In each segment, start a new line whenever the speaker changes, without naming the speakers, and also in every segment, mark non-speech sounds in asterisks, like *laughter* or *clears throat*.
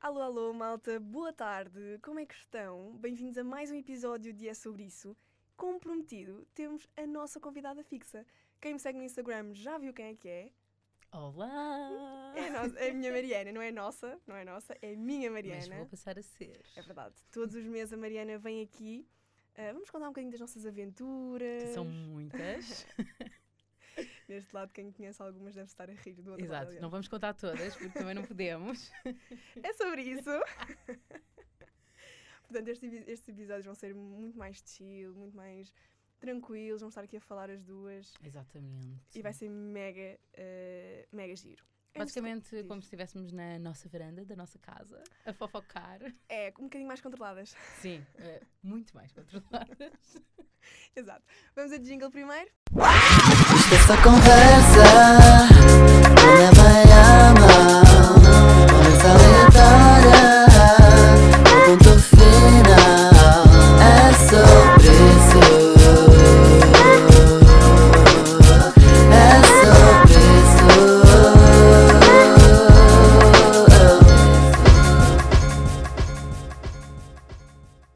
Alô, alô, malta, boa tarde, como é que estão? Bem-vindos a mais um episódio de É Sobre Isso. Como prometido, temos a nossa convidada fixa. Quem me segue no Instagram já viu quem é que é.
Olá!
É a, nossa- é a minha Mariana, não é nossa, não é nossa, é a minha
Mas
Mariana.
vou passar a ser.
É verdade, todos os meses a Mariana vem aqui. Ah, vamos contar um bocadinho das nossas aventuras.
São *laughs* muitas.
Deste lado, quem conhece algumas deve estar a rir do outro lado.
Exato. Não vamos contar todas, porque também não *laughs* podemos.
*laughs* É sobre isso. Portanto, este epi- estes episódios vão ser muito mais chill, muito mais tranquilos. Vamos estar aqui a falar as duas.
Exatamente.
E vai ser mega, eh, mega giro. Antes de-
Basicamente,
diz.
como se estivéssemos na nossa varanda da nossa casa, a fofocar.
É, um bocadinho mais controladas. *laughs*
Sim, eh, muito mais controladas.
Exato. Vamos a jingle primeiro?
Essa conversa não leva a ama Conversa aleatória O ponto final É sobre isso É sobre isso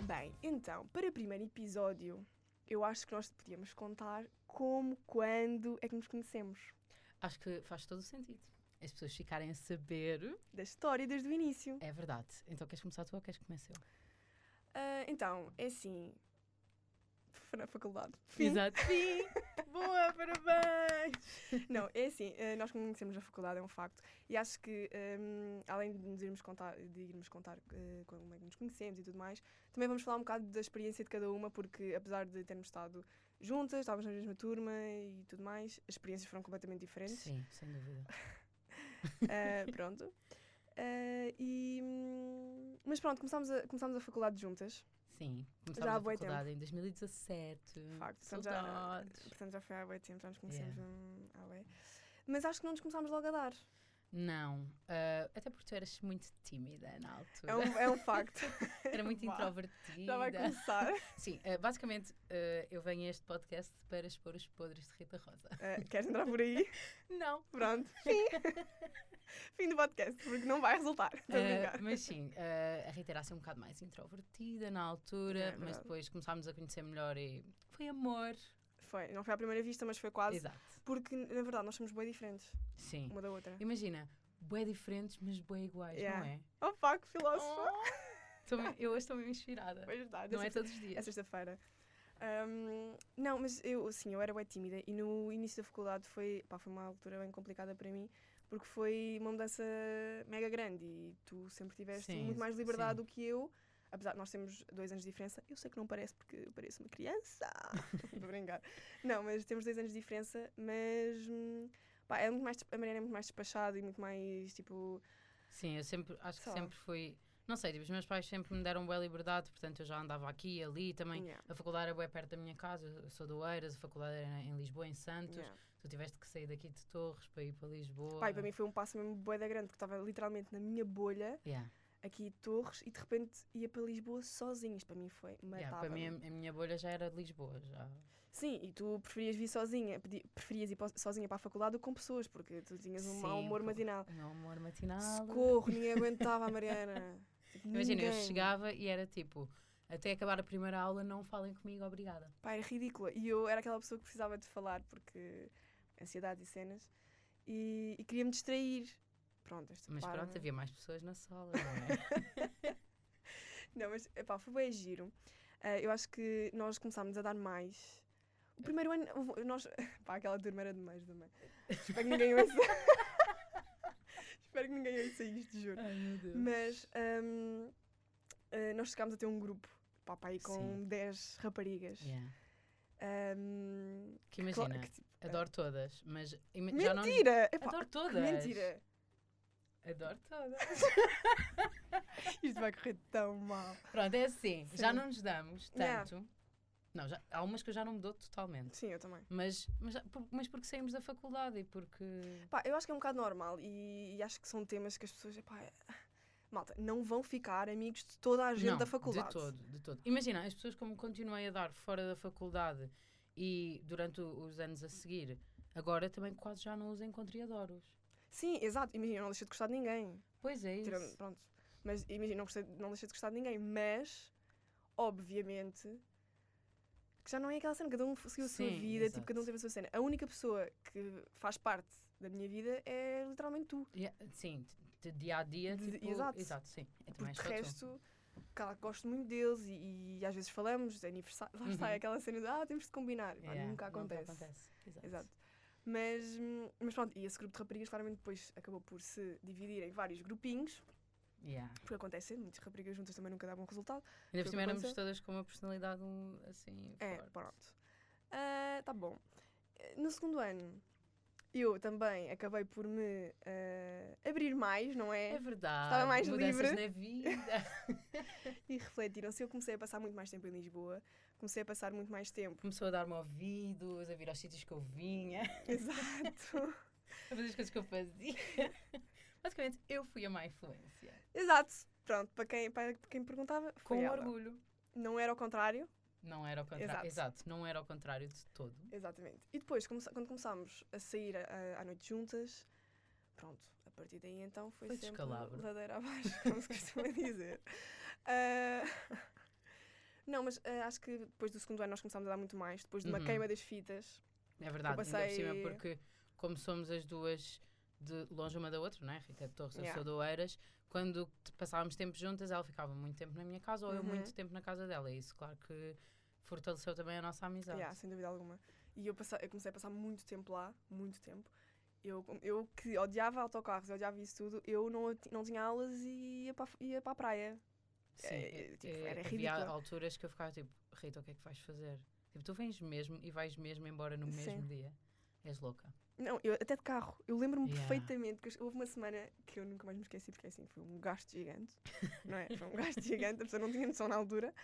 Bem, então, para o primeiro episódio, eu acho que nós podíamos contar como, quando é que nos conhecemos.
Acho que faz todo o sentido. As pessoas ficarem a saber.
Da história desde o início.
É verdade. Então queres começar tu ou queres que comece eu?
Ah, então, é assim. Foi na faculdade. Fim.
*laughs* Exato. Sim! Boa, parabéns!
Não, é assim, eh, nós conhecemos a faculdade, é um facto. E acho que, ehm, além de nos irmos contar, de irmos contar eh, como é que nos conhecemos e tudo mais, também vamos falar um bocado da experiência de cada uma, porque apesar de termos estado juntas, estávamos na mesma turma e tudo mais, as experiências foram completamente diferentes.
Sim, sem dúvida.
Ah, pronto. Ah, e, hum, mas pronto, começámos a, começámos a faculdade juntas.
Sim,
Já
começámos
há
a
bué tempo.
faculdade em 2017.
facto, portanto, já-
Saudades.
Portanto, já foi há bué tempo, já nos conhecemos hum, há bué. Mas acho que não nos começámos logo a dar.
Não, ah, até porque tu eras muito tímida na altura.
É um, é um facto.
Era
*laughs*
muito
Vá,
introvertida.
Já vai começar.
Sim, ah, basicamente ah, eu venho a este podcast para expor os podres de Rita Rosa.
Ah, queres entrar por aí?
Não.
*laughs* Pronto. Fim. Fim do podcast, porque não vai resultar. Estou a
É.
brincar.
Ah, mas sim, ah, a Rita era assim um bocado mais introvertida na altura,
É
mas
verdade.
depois começámos a conhecer melhor e foi amor.
Foi, não foi à primeira vista, mas foi quase.
Exato.
Porque, na verdade, nós somos bem diferentes
Sim.
uma da outra.
Imagina, bué diferentes, mas bué iguais,
Yeah.
não é? Oh.
Opa, que Oh, filósofo!
Tô me- eu hoje estou mesmo inspirada.
Pois está,
Não é
sexta-
todos os
*laughs* é
dias.
sexta-feira. Ahm, não, mas eu, assim, eu era bem tímida e no início da faculdade foi, pá, foi uma altura bem complicada para mim porque foi uma mudança mega grande e tu sempre tiveste
Sim,
muito mais
sim.
liberdade do que eu, apesar de nós termos dois anos de diferença. Eu sei que não parece porque eu pareço uma criança. *laughs* Estou a brincar. Não, mas temos dois anos de diferença, mas hum, pá, é muito mais, a Mariana é muito mais despachada e muito mais tipo.
Sim, eu sempre, acho
Sei
que
lá.
sempre fui. Não sei, tipo, os meus pais sempre me deram boa liberdade, portanto eu já andava aqui e ali também.
yeah,
A faculdade era bem perto da minha casa, eu sou do Eiras, a faculdade era em Lisboa, em Santos.
yeah.
Tu tiveste que sair daqui de Torres para ir para Lisboa.
Pá, e para mim foi um passo mesmo boeda grande, porque estava literalmente na minha bolha,
Yeah,
aqui de Torres, e de repente ia para Lisboa sozinhos. Para mim foi
yeah,
matava
para mim é- a, a minha bolha já era de Lisboa. Já.
Sim, e tu preferias vir sozinha, pedi- preferias ir pa- sozinha para a faculdade do que com pessoas, porque tu tinhas um mau
Sim,
humor
por-
matinal.
O meu amor matinal.
Socorro, ninguém aguentava a
*laughs*
Mariana. Tipo,
Imagina, eu
ninguém.
chegava e era tipo, até acabar a primeira aula, não falem comigo, obrigada.
Pá, era ridícula. E eu era aquela pessoa que precisava de falar, porque ansiedade e cenas, e, e queria-me distrair. Pronto, esta
Mas
para- né?
pronto, havia mais pessoas na sala, não é?
Não, mas epá, foi bem giro. Ah, eu acho que nós começámos a dar mais. O primeiro ano, houve- nós. *laughs* Pá, aquela turma era demais também. Espero que ninguém ouça. *laughs* Espero que ninguém ouça isto, juro.
*laughs* Ai meu Deus.
Mas ahm, ah, nós chegámos a ter um grupo, pá, pá aí com
Sim.
10 raparigas.
Yeah.
Ahm,
Que
cla-
imagina,
que tipo-
adoro todas, mas ima- já não.
mentira! Epá,
Adoro
que
todas!
mentira!
Adoro todas.
Isto vai correr tão mal.
Pronto, é
*laughs*
assim, já
Sim.
não nos damos
Yeah.
tanto. Não, já, há umas que eu já não me dou totalmente.
Sim, eu também.
Mas, mas, já- por- mas porque saímos da faculdade e porque.
Pá, eu acho que é um bocado normal e, e acho que são temas que as pessoas. Epá, é- malta, não vão ficar amigos de toda a gente
Não,
da faculdade.
De todo, de todo. Imagina, as pessoas como continuei a dar fora da faculdade e durante o- os anos a seguir, agora também quase já não os encontro e adoro-os.
Sim, exato. Imagina, não deixa de gostar de ninguém.
Pois é isso.
Tirando, pronto. Mas imagina, não, gostei, não deixei de gostar de ninguém, mas obviamente que já não é aquela cena, cada um seguiu a sua
Sim,
vida, tipo, cada um
exato.
teve a sua cena. A única pessoa que faz parte da minha vida é literalmente tu.
Yeah, sim, de dia a dia.
De-
Tipo,
exato.
sim. Eu também
Porque de
acho que sou.
resto, cá, gosto muito deles e, e às vezes falamos, é aniversário, lá está, é
Uhum.
aquela cena de ah, temos de combinar. Pá,
Yeah,
nunca acontece.
Exato.
Exato. Mas, hum, mas pronto, e esse grupo de raparigas claramente depois acabou por se dividir em vários grupinhos,
Yeah.
porque acontece, muitas raparigas juntas também nunca dá bom resultado.
Ainda
que
por cima éramos
aconteceu.
todas com uma personalidade um, assim.
É,
forte.
pronto. Ah, tá bom. Eh, No segundo ano, eu também acabei por me ah, abrir mais, não
É
é?
verdade.
mais
mudanças
livre.
na vida. *laughs*
E refletiram-se. Eu comecei a passar muito mais tempo em Lisboa, comecei a passar muito mais
*laughs*
tempo.
Começou a dar-me ouvidos, a vir aos sítios que eu vinha, *laughs*
Exato.
a fazer as coisas que eu fazia. *laughs* Basicamente, eu fui a má influência.
Exato. Pronto, para quem, para quem perguntava, foi
Com
ela.
orgulho.
Não era ao contrário.
Não era ao
Exato.
contrário. Exato. não era ao contrário de todo.
Exatamente. E depois, come- quando começámos a sair ah, à noite juntas, pronto, a partir daí então foi,
Foi
sempre
descalabro.
ladeira abaixo, *laughs* como se costuma dizer. Ah, *laughs* não, mas ah, acho que depois do segundo ano nós começámos a dar muito mais, depois de uma
Uhum.
queima das fitas.
É verdade, ainda por
passei-
cima, porque como somos as duas de longe uma da outra, não é? Rita de Torres,
Yeah.
eu sou de Oeiras, quando t- passávamos tempo juntas, ela ficava muito tempo na minha casa ou eu
Uhum.
muito tempo na casa dela. E isso, claro que fortaleceu também a nossa amizade.
Yeah, sem dúvida alguma. E eu, passa- eu comecei a passar muito tempo lá, muito tempo. Eu, eu que odiava autocarros, eu odiava isso tudo, eu não, ti- não tinha aulas e ia para, a f- ia para a praia.
Sim,
É,
é-
tipo,
é-
era
havia
ridículo.
alturas que eu ficava tipo, Rita, o que é que vais fazer? Tipo, tu vens mesmo e vais mesmo embora no
Sim.
mesmo dia. És louca.
Não, eu, até de carro. Eu lembro-me
Yeah.
perfeitamente que eu- houve uma semana que eu nunca mais me esqueci, porque assim, foi um gasto gigante, não é? Foi um
*laughs*
gasto gigante, a pessoa não tinha noção na altura.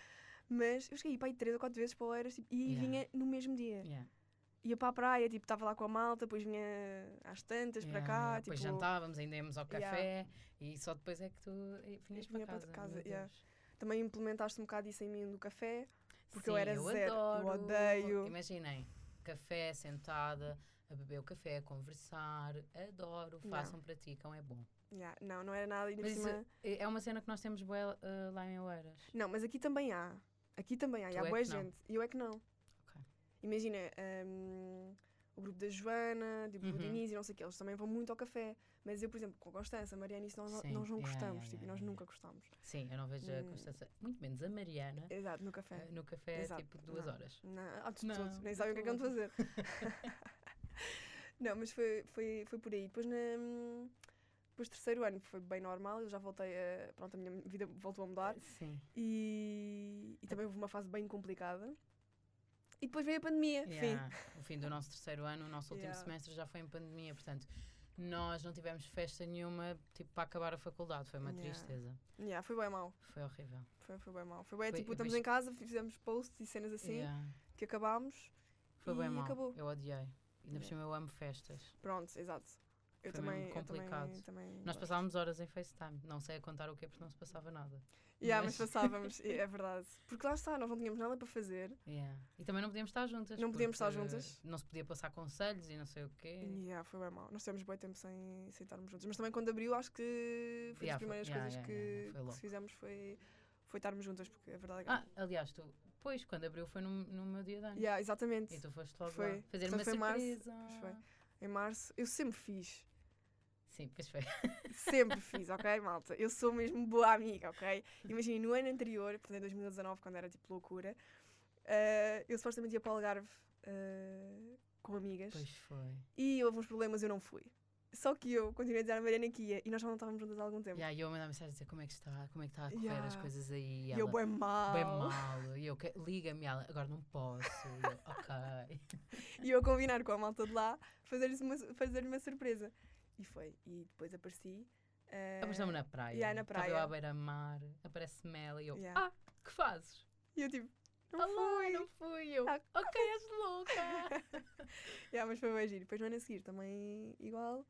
Mas eu cheguei para aí três ou quatro vezes para o Eiras tipo, e
Yeah.
vinha no mesmo dia.
Yeah,
Ia para a praia, tipo, estava lá com a malta, depois vinha às tantas
yeah,
para cá.
yeah.
tipo,
Depois jantávamos, ainda íamos ao
Yeah.
café e só depois é que tu eh, vinhas
vinha
para
para
casa.
casa,
meu
yeah.
Deus.
Também implementaste um bocado isso em mim do café. Porque eu
Sim,
era zero, eu
adoro.
odeio.
Imaginem, café, sentada, a beber o café, a conversar. Adoro,
Não.
façam, praticam, é bom.
Yeah, não, não era nada. E ainda por
Mas isso-
cima...
É é uma cena que nós temos bué, eh, lá em Oeiras.
Não, mas aqui também há. Aqui também há. E
Tu
há
é
boa
que não.
gente. E eu é que não.
Ok.
Imagina, hum, o grupo da Joana, tipo, o
Uhum.
Diniz e não sei o que, eles também vão muito ao café. Mas eu, por exemplo, com a Constança, a Mariana, isso nós,
Sim,
nós não
yeah,
gostamos.
yeah,
tipo, e
yeah,
nós
yeah.
nunca gostamos.
Sim, eu não vejo a
Hum.
Constança, muito menos a Mariana,
Exato, no café.
eh, no café
Exato,
tipo duas
não.
horas.
Não, ah, de
Não,
todo, nem
de
sabem o que é que vão
todo.
fazer. *laughs* não, mas foi, foi, foi por aí. Depois, na, hum, depois, terceiro ano, foi bem normal. Eu já voltei a. Pronto, a minha vida voltou a mudar.
Sim.
E, e também houve uma fase bem complicada. E depois veio a pandemia. Fim.
Yeah, O fim do nosso terceiro ano, o nosso último
Yeah.
semestre já foi em pandemia, portanto, nós não tivemos festa nenhuma tipo, para acabar a faculdade. Foi uma
Yeah.
tristeza.
Yeah, foi bem mal.
Foi horrível.
Foi, foi bem mal. Foi bem,
Foi-
tipo, estamos
mas-
em casa, fizemos posts e cenas assim,
Yeah.
que acabámos.
Foi bem
E
mal.
acabou.
Eu odiei. Ainda
Yeah.
por cima eu amo festas.
Pronto, exato. Eu
Foi
também,
mesmo
Eu
complicado.
também, também
Nós
gosto.
passávamos horas em FaceTime. Não sei a contar o que é porque não se passava nada.
Yeah, mas
mas- *laughs*
passávamos, é é verdade. Porque lá está, nós não tínhamos nada para fazer.
Yeah. E também não podíamos estar juntas.
Não podíamos estar
porque
juntas.
Não se podia passar conselhos e não sei o quê.
Yeah, foi bem mal. Nós tivemos bem tempo sem, sem estarmos juntos. Mas também quando abriu, acho que foi das
Yeah, foi-
primeiras
yeah,
coisas
yeah,
que,
yeah, yeah, foi
que
logo.
se fizemos foi, foi estarmos juntas, porque a verdade é que.
Ah, aliás, tu, pois, quando abriu foi no, no meu dia de anos.
Yeah,
E
exatamente.
tu foste logo
Foi.
lá fazer
Portanto, foi em
uma
março,
surpresa.
pois foi. Em março, eu sempre fiz.
Sim, pois foi.
Sempre fiz, ok, malta? Eu sou mesmo boa amiga, ok? Imaginem, no ano anterior, portanto em 2019, quando era tipo loucura, eh, eu supostamente ia para o Algarve eh, com amigas
Pois foi.
e houve uns problemas eu não fui. Só que eu continuei a dizer à Mariana que ia e nós já não estávamos juntas há algum tempo.
Yeah, E eu a mandar mensagem a dizer como é que está, como é que está a correr as
Yeah.
coisas aí.
e
E
eu,
ela,
bem mal.
bem mal. E eu, "Que- liga-me, ela, agora não posso. E eu,
*laughs* É.
ok.
E eu a combinar com a malta de lá fazer-lhes uma, fazer uma surpresa. E foi. E depois apareci. eh,
Apareceu-me na praia.
yeah, na
Estava eu
praia.
à beira-mar, aparece-me ela e eu,
Yeah.
ah, que fazes?
E eu tipo, não
Olá,
fui.
não fui eu.
Ah,
ok, és
*laughs*
louca.
Yeah, mas foi bem giro. Depois no ano a seguir também igual.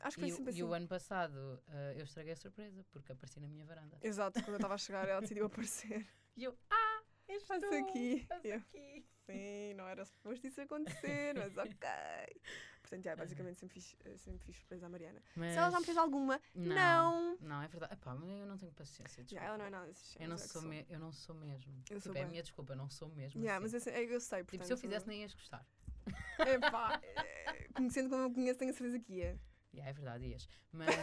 Acho que foi
e, o-
sempre
e o
assim.
ano passado ah, eu estraguei a surpresa porque apareci na minha varanda. *laughs*
Exato, quando eu estava a chegar ela decidiu aparecer.
E eu, ah, é és
Faço
tu,
aqui.
faz
Eu.
aqui.
Sim, não era suposto isso acontecer,
*laughs*
mas ok. Portanto, já, basicamente sempre fiz, eh, sempre fiz surpresa à Mariana. Se ela já me fez alguma, não.
Não, é verdade. Epá, mas eu não tenho
Já,
paciência. desculpa.
ela não é nada desses
eu, não
géneros, é que
sou me- eu não sou mesmo.
Eu sou
tipo, é a
bué.
minha desculpa, eu não sou mesmo.
Já,
assim.
mas eu, sei- eu- eu sei, portanto.
tipo, se
*laughs*
eu fizesse, nem ias gostar.
Epá, eh, conhecendo como eu conheço, tenho a certeza que ia.
Yeah, é verdade, ias.
*laughs*
Mas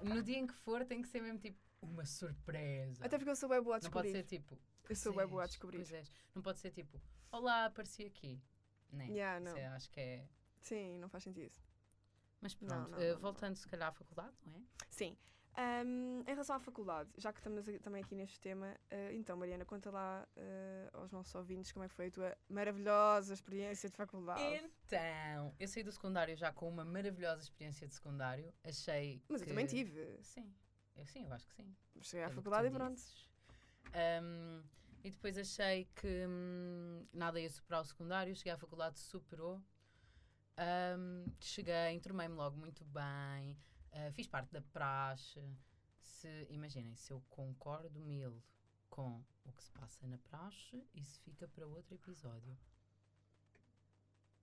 no dia em que for, tem que ser mesmo tipo uma surpresa.
Até porque eu sou bem boa a
não pode
descobrir.
ser tipo.
eu sou
"Pois
bem boa a
és,
descobrir.
pois és." Não pode ser tipo, olá, apareci aqui. Né?
Yeah,
Isso
não.
eu acho que é.
Sim, não faz sentido.
Mas
Não,
pronto,
não,
eh,
não, não.
voltando se calhar à faculdade, não é?
Sim. Ahm, em relação à faculdade, já que estamos a- também aqui neste tema, eh, então, Mariana, conta lá eh, aos nossos ouvintes como é que foi a tua maravilhosa experiência de faculdade.
Então, eu saí do secundário já com uma maravilhosa experiência de secundário. Achei.
Mas eu
que- é
também tive.
Sim, eu, sim, eu acho que sim.
Cheguei à
pelo que
faculdade e
tu
pronto.
dizes. Ahm, e depois achei que hum, nada ia superar o secundário, cheguei à faculdade, superou. Ahm, cheguei, entromei-me logo muito bem, ah, fiz parte da praxe. Se, imaginem, se eu concordo mil com o que se passa na praxe, isso fica para outro episódio.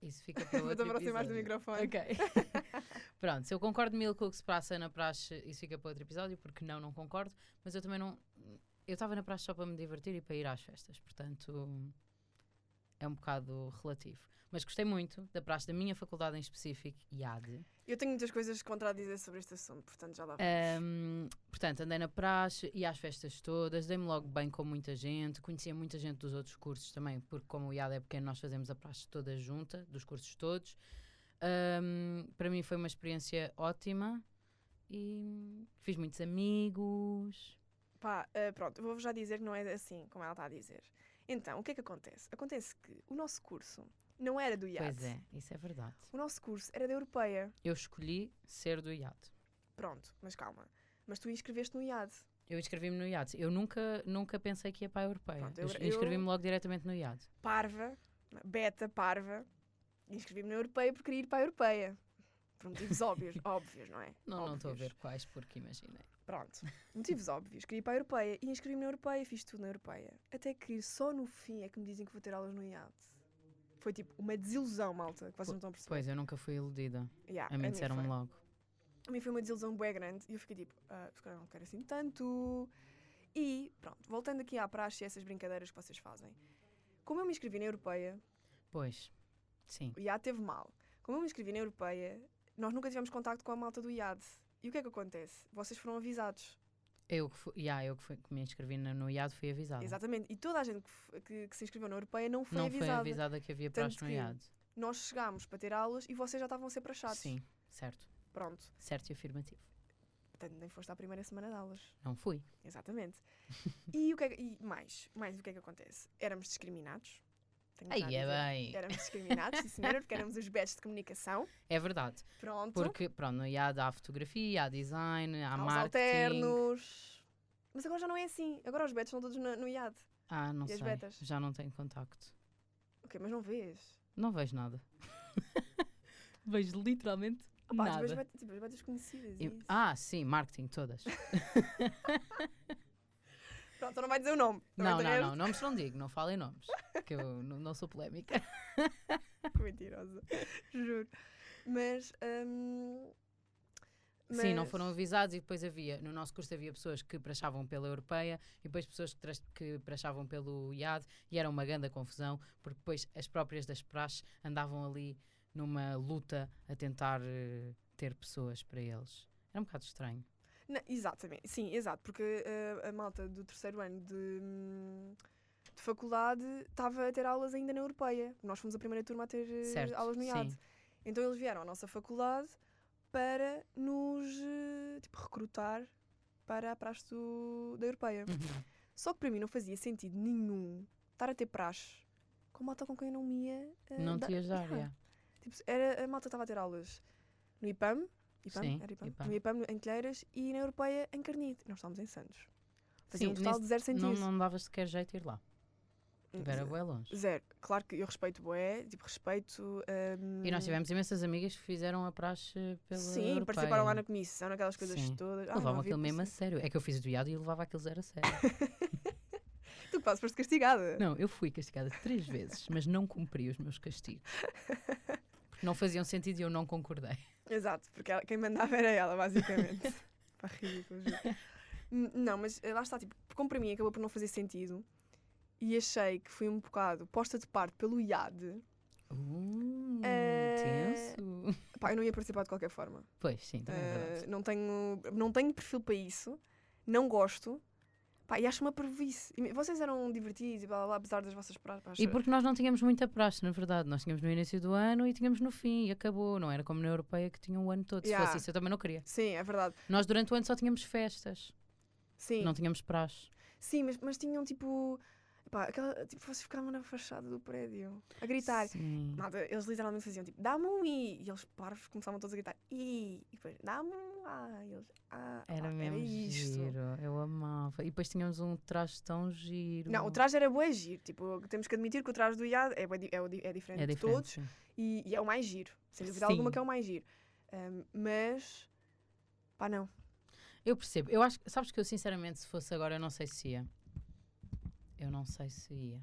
Isso
*laughs*
fica para
Vou-te
outro
aproximar mais do
episódio.
microfone.
Ok. *laughs* Pronto, se eu concordo mil com o que se passa na praxe, isso fica para outro episódio, porque não, não concordo. Mas eu também não. Eu estava na praxe só para me divertir e para ir às festas, portanto é um bocado relativo. Mas gostei muito da praxe da minha faculdade em específico, IAD.
Eu tenho muitas coisas contra a dizer sobre este assunto, portanto já lá
É.
vamos.
Ahm, portanto, andei na praxe e às festas todas, dei-me logo bem com muita gente, conhecia muita gente dos outros cursos também, porque como o IAD é pequeno, nós fazemos a praxe toda junta, dos cursos todos. Ahm, para mim foi uma experiência ótima e fiz muitos amigos.
Pá, eh, pronto, vou já dizer que não é assim como ela está a dizer. Então, o que é que acontece? Acontece que o nosso curso não era do IAT.
Pois é, isso é verdade.
O nosso curso era da Europeia.
Eu escolhi ser do IAD.
Pronto, mas calma. Mas tu inscreveste no IAD.
Eu inscrevi-me no IAD. Eu nunca, nunca pensei que ia para a Europeia.
Pronto, eu-
eu ins- inscrevi-me logo diretamente no IAD.
Parva, beta parva, inscrevi-me na Europeia porque queria ir para a Europeia. Por motivos
*laughs*
óbvios, óbvios, não é?
Não, não estou a
Óbvios.
ver quais, porque imaginei.
Pronto, motivos óbvios. Queria ir para a Europeia e inscrevi-me na Europeia, fiz tudo na Europeia. Até que só no fim é que me dizem que vou ter aulas no IAT. Foi tipo uma desilusão, malta, que vocês não estão a perceber.
Pois, eu nunca fui iludida.
Yeah,
A mim
Ah, foi.
disseram-me logo.
a mim foi uma desilusão bué grande e eu fiquei tipo, ah, se calhar não quero assim tanto. E pronto, voltando aqui à praxe e essas brincadeiras que vocês fazem. Como eu me inscrevi na Europeia,
Pois, sim.
o IAD teve mal. Como eu me inscrevi na Europeia, nós nunca tivemos contacto com a malta do IAD. E o que é que acontece? Vocês foram avisados.
Eu que, fui, yeah, eu que, fui, que me inscrevi na- no IAD fui avisada.
Exatamente. E toda a gente que, f- que- que se inscreveu na Europeia não foi
Ah. Não foi
avisada.
avisada que havia praxe
Tanto
no
que-
IAD.
Nós chegámos para ter aulas e vocês já estavam a ser praxados.
Sim, certo.
Pronto.
Certo e afirmativo.
Portanto, nem foste à primeira semana de aulas.
Não fui.
Exatamente. *laughs* e, o que é que- e mais, mais o que é que acontece? Éramos discriminados. Tenho
Aí
já tá a
é
dizer.
bem.
Éramos discriminados, sim senhora, porque éramos os bestes de
*laughs*
comunicação.
É verdade.
Pronto.
Porque, pronto, no IAD há fotografia, há design, há
aos
marketing.
alternos. Mas agora já não é assim. Agora os betos estão todos na- no IAD.
Ah, não
E
sei.
as betas?
Já não tenho contacto.
Ok, mas não vês?
Não vejo nada. *laughs* vejo literalmente
Ah, pá,
nada.
depois vai- depois vai desconhecidas.
Eu-
isso.
ah, sim,
*laughs*
marketing, todas.
Pronto, então não vai dizer o nome.
não, não,
interessa.
não, nomes não digo, não falem nomes, que eu n- não sou polémica.
*laughs* Mentirosa. Juro. Mas, hum,
Sim, não
mas-
foram avisados e depois havia, no nosso curso havia pessoas que prachavam pela Europeia e depois pessoas que, tras- que prachavam pelo IAD e era uma grande confusão, porque depois as próprias das praxes andavam ali numa luta a tentar eh, ter pessoas para eles. Era um bocado estranho.
Não, exatamente, sim, exato, porque eh, a malta do terceiro ano de, hum, de faculdade estava a ter aulas ainda na Europeia. Nós fomos a primeira turma a ter eh,
Certo,
aulas no IAD.
sim.
Então eles vieram à nossa faculdade para nos eh, tipo, recrutar para a praxe do- da Europeia.
Uhum.
Só que para mim não fazia sentido nenhum estar a ter praxe com a malta com quem eu não me ia. eh,
não
dar- *laughs*
te ias dar,
Yeah.
yeah.
Tipo, era, a malta estava a ter aulas no IPAM, IPAM,
Sim,
era IPAM,
IPAM.
no IPAM em Telheiras e na Europeia em Carnide. Nós estávamos em Santos. Fazia
Sim,
um total
nesse-
de zero sentido.
não, não davas sequer jeito ir lá. Tipo, era
Ze-
bué longe.
Zero. Claro que eu respeito Boé, tipo, respeito.
E nós
hum,
tivemos imensas amigas que fizeram a praxe pela
Sim,
Europeia.
participaram lá na comissão, naquelas coisas
Sim.
todas. Ah, não
Levavam
havia
aquilo mesmo a
comissão.
sério. É que eu fiz do IAD e levava aquilo zero a sério.
Tu pá, se foste castigada.
Não, eu fui castigada três vezes, mas não cumpri os meus castigos. Porque não faziam sentido e eu não concordei.
Exato, porque ela- quem mandava era ela,
*laughs*
basicamente. Pá, ridículo. juro. N- Não, mas eh, lá está, tipo, como para mim acabou por não fazer sentido e achei que fui um bocado posta de parte pelo IAD,
Uh,
Eh,
Tenso.
pá, eu não ia participar de qualquer forma.
Pois, sim, também é
Eh,
verdade.
não, tenho, não tenho perfil para isso, não gosto, pá, e acho uma previce. Vocês eram divertidos e blá blá, blá apesar das vossas pra- pá,
E porque nós não tínhamos muita praxe, na verdade. Nós tínhamos no início do ano e tínhamos no fim e acabou. Não era como na Europeia que tinha o ano todo.
Yeah.
Se fosse isso, eu também não queria.
Sim, é verdade.
Nós durante o ano só tínhamos festas,
Sim,
não tínhamos praxe.
sim mas, mas tinham tipo. Pá, aquela, tipo, vocês ficavam na fachada do prédio a gritar.
Sim.
Nada, eles literalmente faziam tipo, dá-me um i. E eles parvos começavam todos a gritar i. E depois, dá-me um a. E eles, ah,
Era
ah,
mesmo
era isto.
giro, eu amava. E depois tínhamos um traje tão giro.
Não, o traje era bué giro. Tipo, temos que admitir que o traje do IAD é, bué di- é, o di- é diferente
é
de
diferente.
todos
sim.
e, e é o mais giro. Sem dúvida alguma
Sim.
que é o mais giro. Ahm, mas, pá, não.
Eu percebo. Eu acho, sabes que eu sinceramente, se fosse agora, eu não sei se ia. Eu não sei se ia.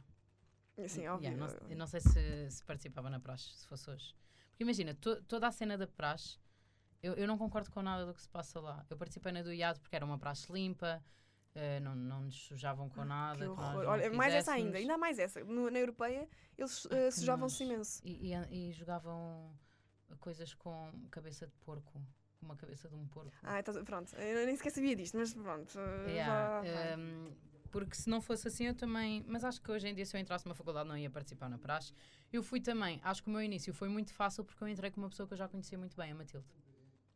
Assim,
Yeah,
óbvio.
não, eu não sei se, se participava na praxe, se fosse hoje. Porque imagina, to- toda a cena da praxe, eu, eu não concordo com nada do que se passa lá. Eu participei na do IAD porque era uma praxe limpa, eh, não, não nos sujavam com
Ah,
nada.
que
que nós
horror.
não
Olha, mais essa ainda,
fizéssemos. Ah,
ainda há mais essa. No- na europeia, eles eh,
que
sujavam-se
nojo.
imenso.
E, e- e jogavam coisas com cabeça de porco, com uma cabeça de um porco.
Ah, então, pronto. Eu nem sequer sabia disto, mas pronto. eh,
Yeah,
já- vai.
um, porque se não fosse assim, eu também. Mas acho que hoje em dia, se eu entrasse numa faculdade, não ia participar na praxe. Eu fui também. Acho que o meu início foi muito fácil porque eu entrei com uma pessoa que eu já conhecia muito bem, a Matilde.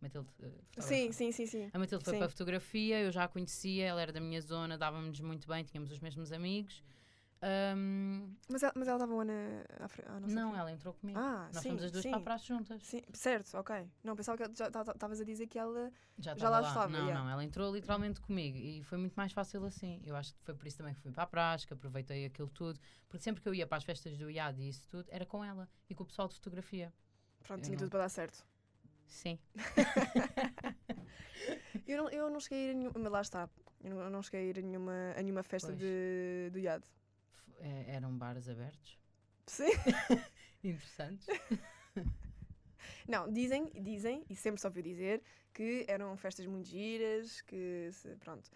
Matilde. eh, fotógrafa.
sim, sim, sim, sim.
A Matilde foi
Sim.
para a fotografia, eu já a conhecia, ela era da minha zona, dávamos muito bem, tínhamos os mesmos amigos. Um,
Mas ela, mas ela estava lá na, à fre- à nossa
não,
frente.
ela entrou comigo.
Ah,
Nós
sim,
fomos as duas
sim,
para a praxe juntas.
Sim, certo, ok. Não, pensava que estavas a dizer que ela.
Já,
Já
estava
lá
lá.
estava,
Não,
yeah.
não, ela entrou literalmente comigo e foi muito mais fácil assim. Eu acho que foi por isso também que fui para a praxe, que aproveitei aquilo tudo, porque sempre que eu ia para as festas do IAD e isso tudo, era com ela e com o pessoal de fotografia.
Pronto,
Eu
tinha
não.
tudo para dar certo.
Sim.
Eu não, eu não cheguei a ir a nenhuma. Mas lá está. Eu não, eu não cheguei a ir a nenhuma, a nenhuma festa
Pois.
de, do IAD.
F- eh, Eram bares abertos.
Sim. *laughs*
Interessantes.
Não, dizem, dizem, e sempre se ouviu dizer, que eram festas muito giras, que se- pronto.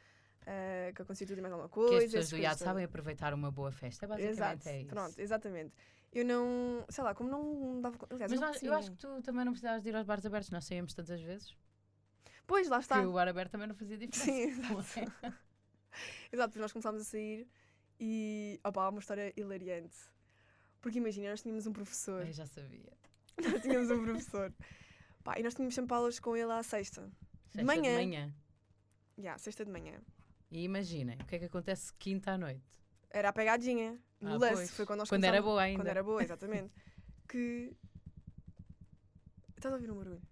ah, que acontecia tudo e mais alguma
que
coisa.
as pessoas
essas
do
coisas
IAD
todas.
sabem aproveitar uma boa festa. Basicamente
Exato,
é isso.
pronto, exatamente. Eu não, sei lá, como não me dava conta. Aliás, eu,
Mas
não
nós- eu
percebia
acho que tu também não precisavas de ir aos bares abertos, nós saímos tantas vezes.
bem. Pois, lá está.
Que o bar aberto também não fazia diferença.
Tá. *laughs*
*laughs*
Sim,
não é?
Exato, depois nós começámos a sair e. Opá, há uma história hilariante. Porque imagina, nós tínhamos um professor.
Eu já sabia.
Nós *laughs* tínhamos um professor. Pá, e nós tínhamos sempre aulas com ele à sexta.
Sexta
manhã.
de manhã.
Já, sexta de manhã.
E imaginem, o que é que acontece quinta à noite?
Era a pegadinha. No
Ah,
lance.
pois.
Foi quando nós
Quando era
começámos-
boa ainda.
Quando era boa, exatamente. *laughs* que. Estás a ouvir um barulho?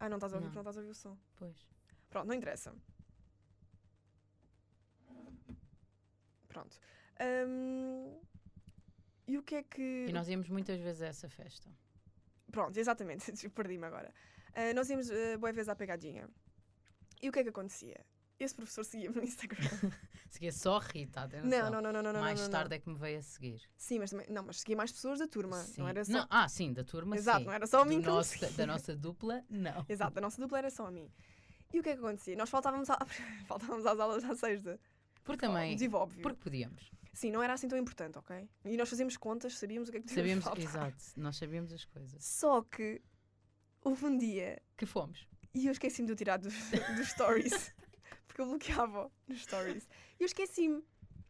Ah, não estás a ouvir
Não.
porque não estás a ouvir o som.
Pois.
Pronto, não interessa. Pronto. Hum, e o que é que.
E nós íamos muitas vezes a essa festa.
Pronto, exatamente, *laughs* perdi-me agora. Ah, nós íamos uh, boa vez à pegadinha. E o que é que acontecia? Esse professor seguia-me no
*laughs*
Instagram.
Seguia só a Rita, atenção.
não, não, não, não, não, não.
Mais
não, não.
tarde é que me veio a seguir.
Sim, mas também. Não, mas seguia mais pessoas da turma.
Sim.
Não era só.
Não, ah, sim, da turma,
Exato,
sim.
não era só a
Do
mim que eu me
nosso-
seguia.
Da nossa dupla, não.
*laughs* Exato, a nossa dupla era só a mim. E o que é que acontecia? Nós faltávamos, à- *laughs* faltávamos às aulas à sexta.
Porque também,
Motivo óbvio.
porque podíamos.
Sim, não era assim tão importante, ok? E nós fazíamos contas, sabíamos o que é que devíamos
Sabíamos,
faltar.
exato, nós sabíamos as coisas.
Só que houve um dia
Que fomos.
e eu esqueci-me de o tirar
*laughs*
dos, dos stories. Porque eu bloqueava nos stories. E eu esqueci-me.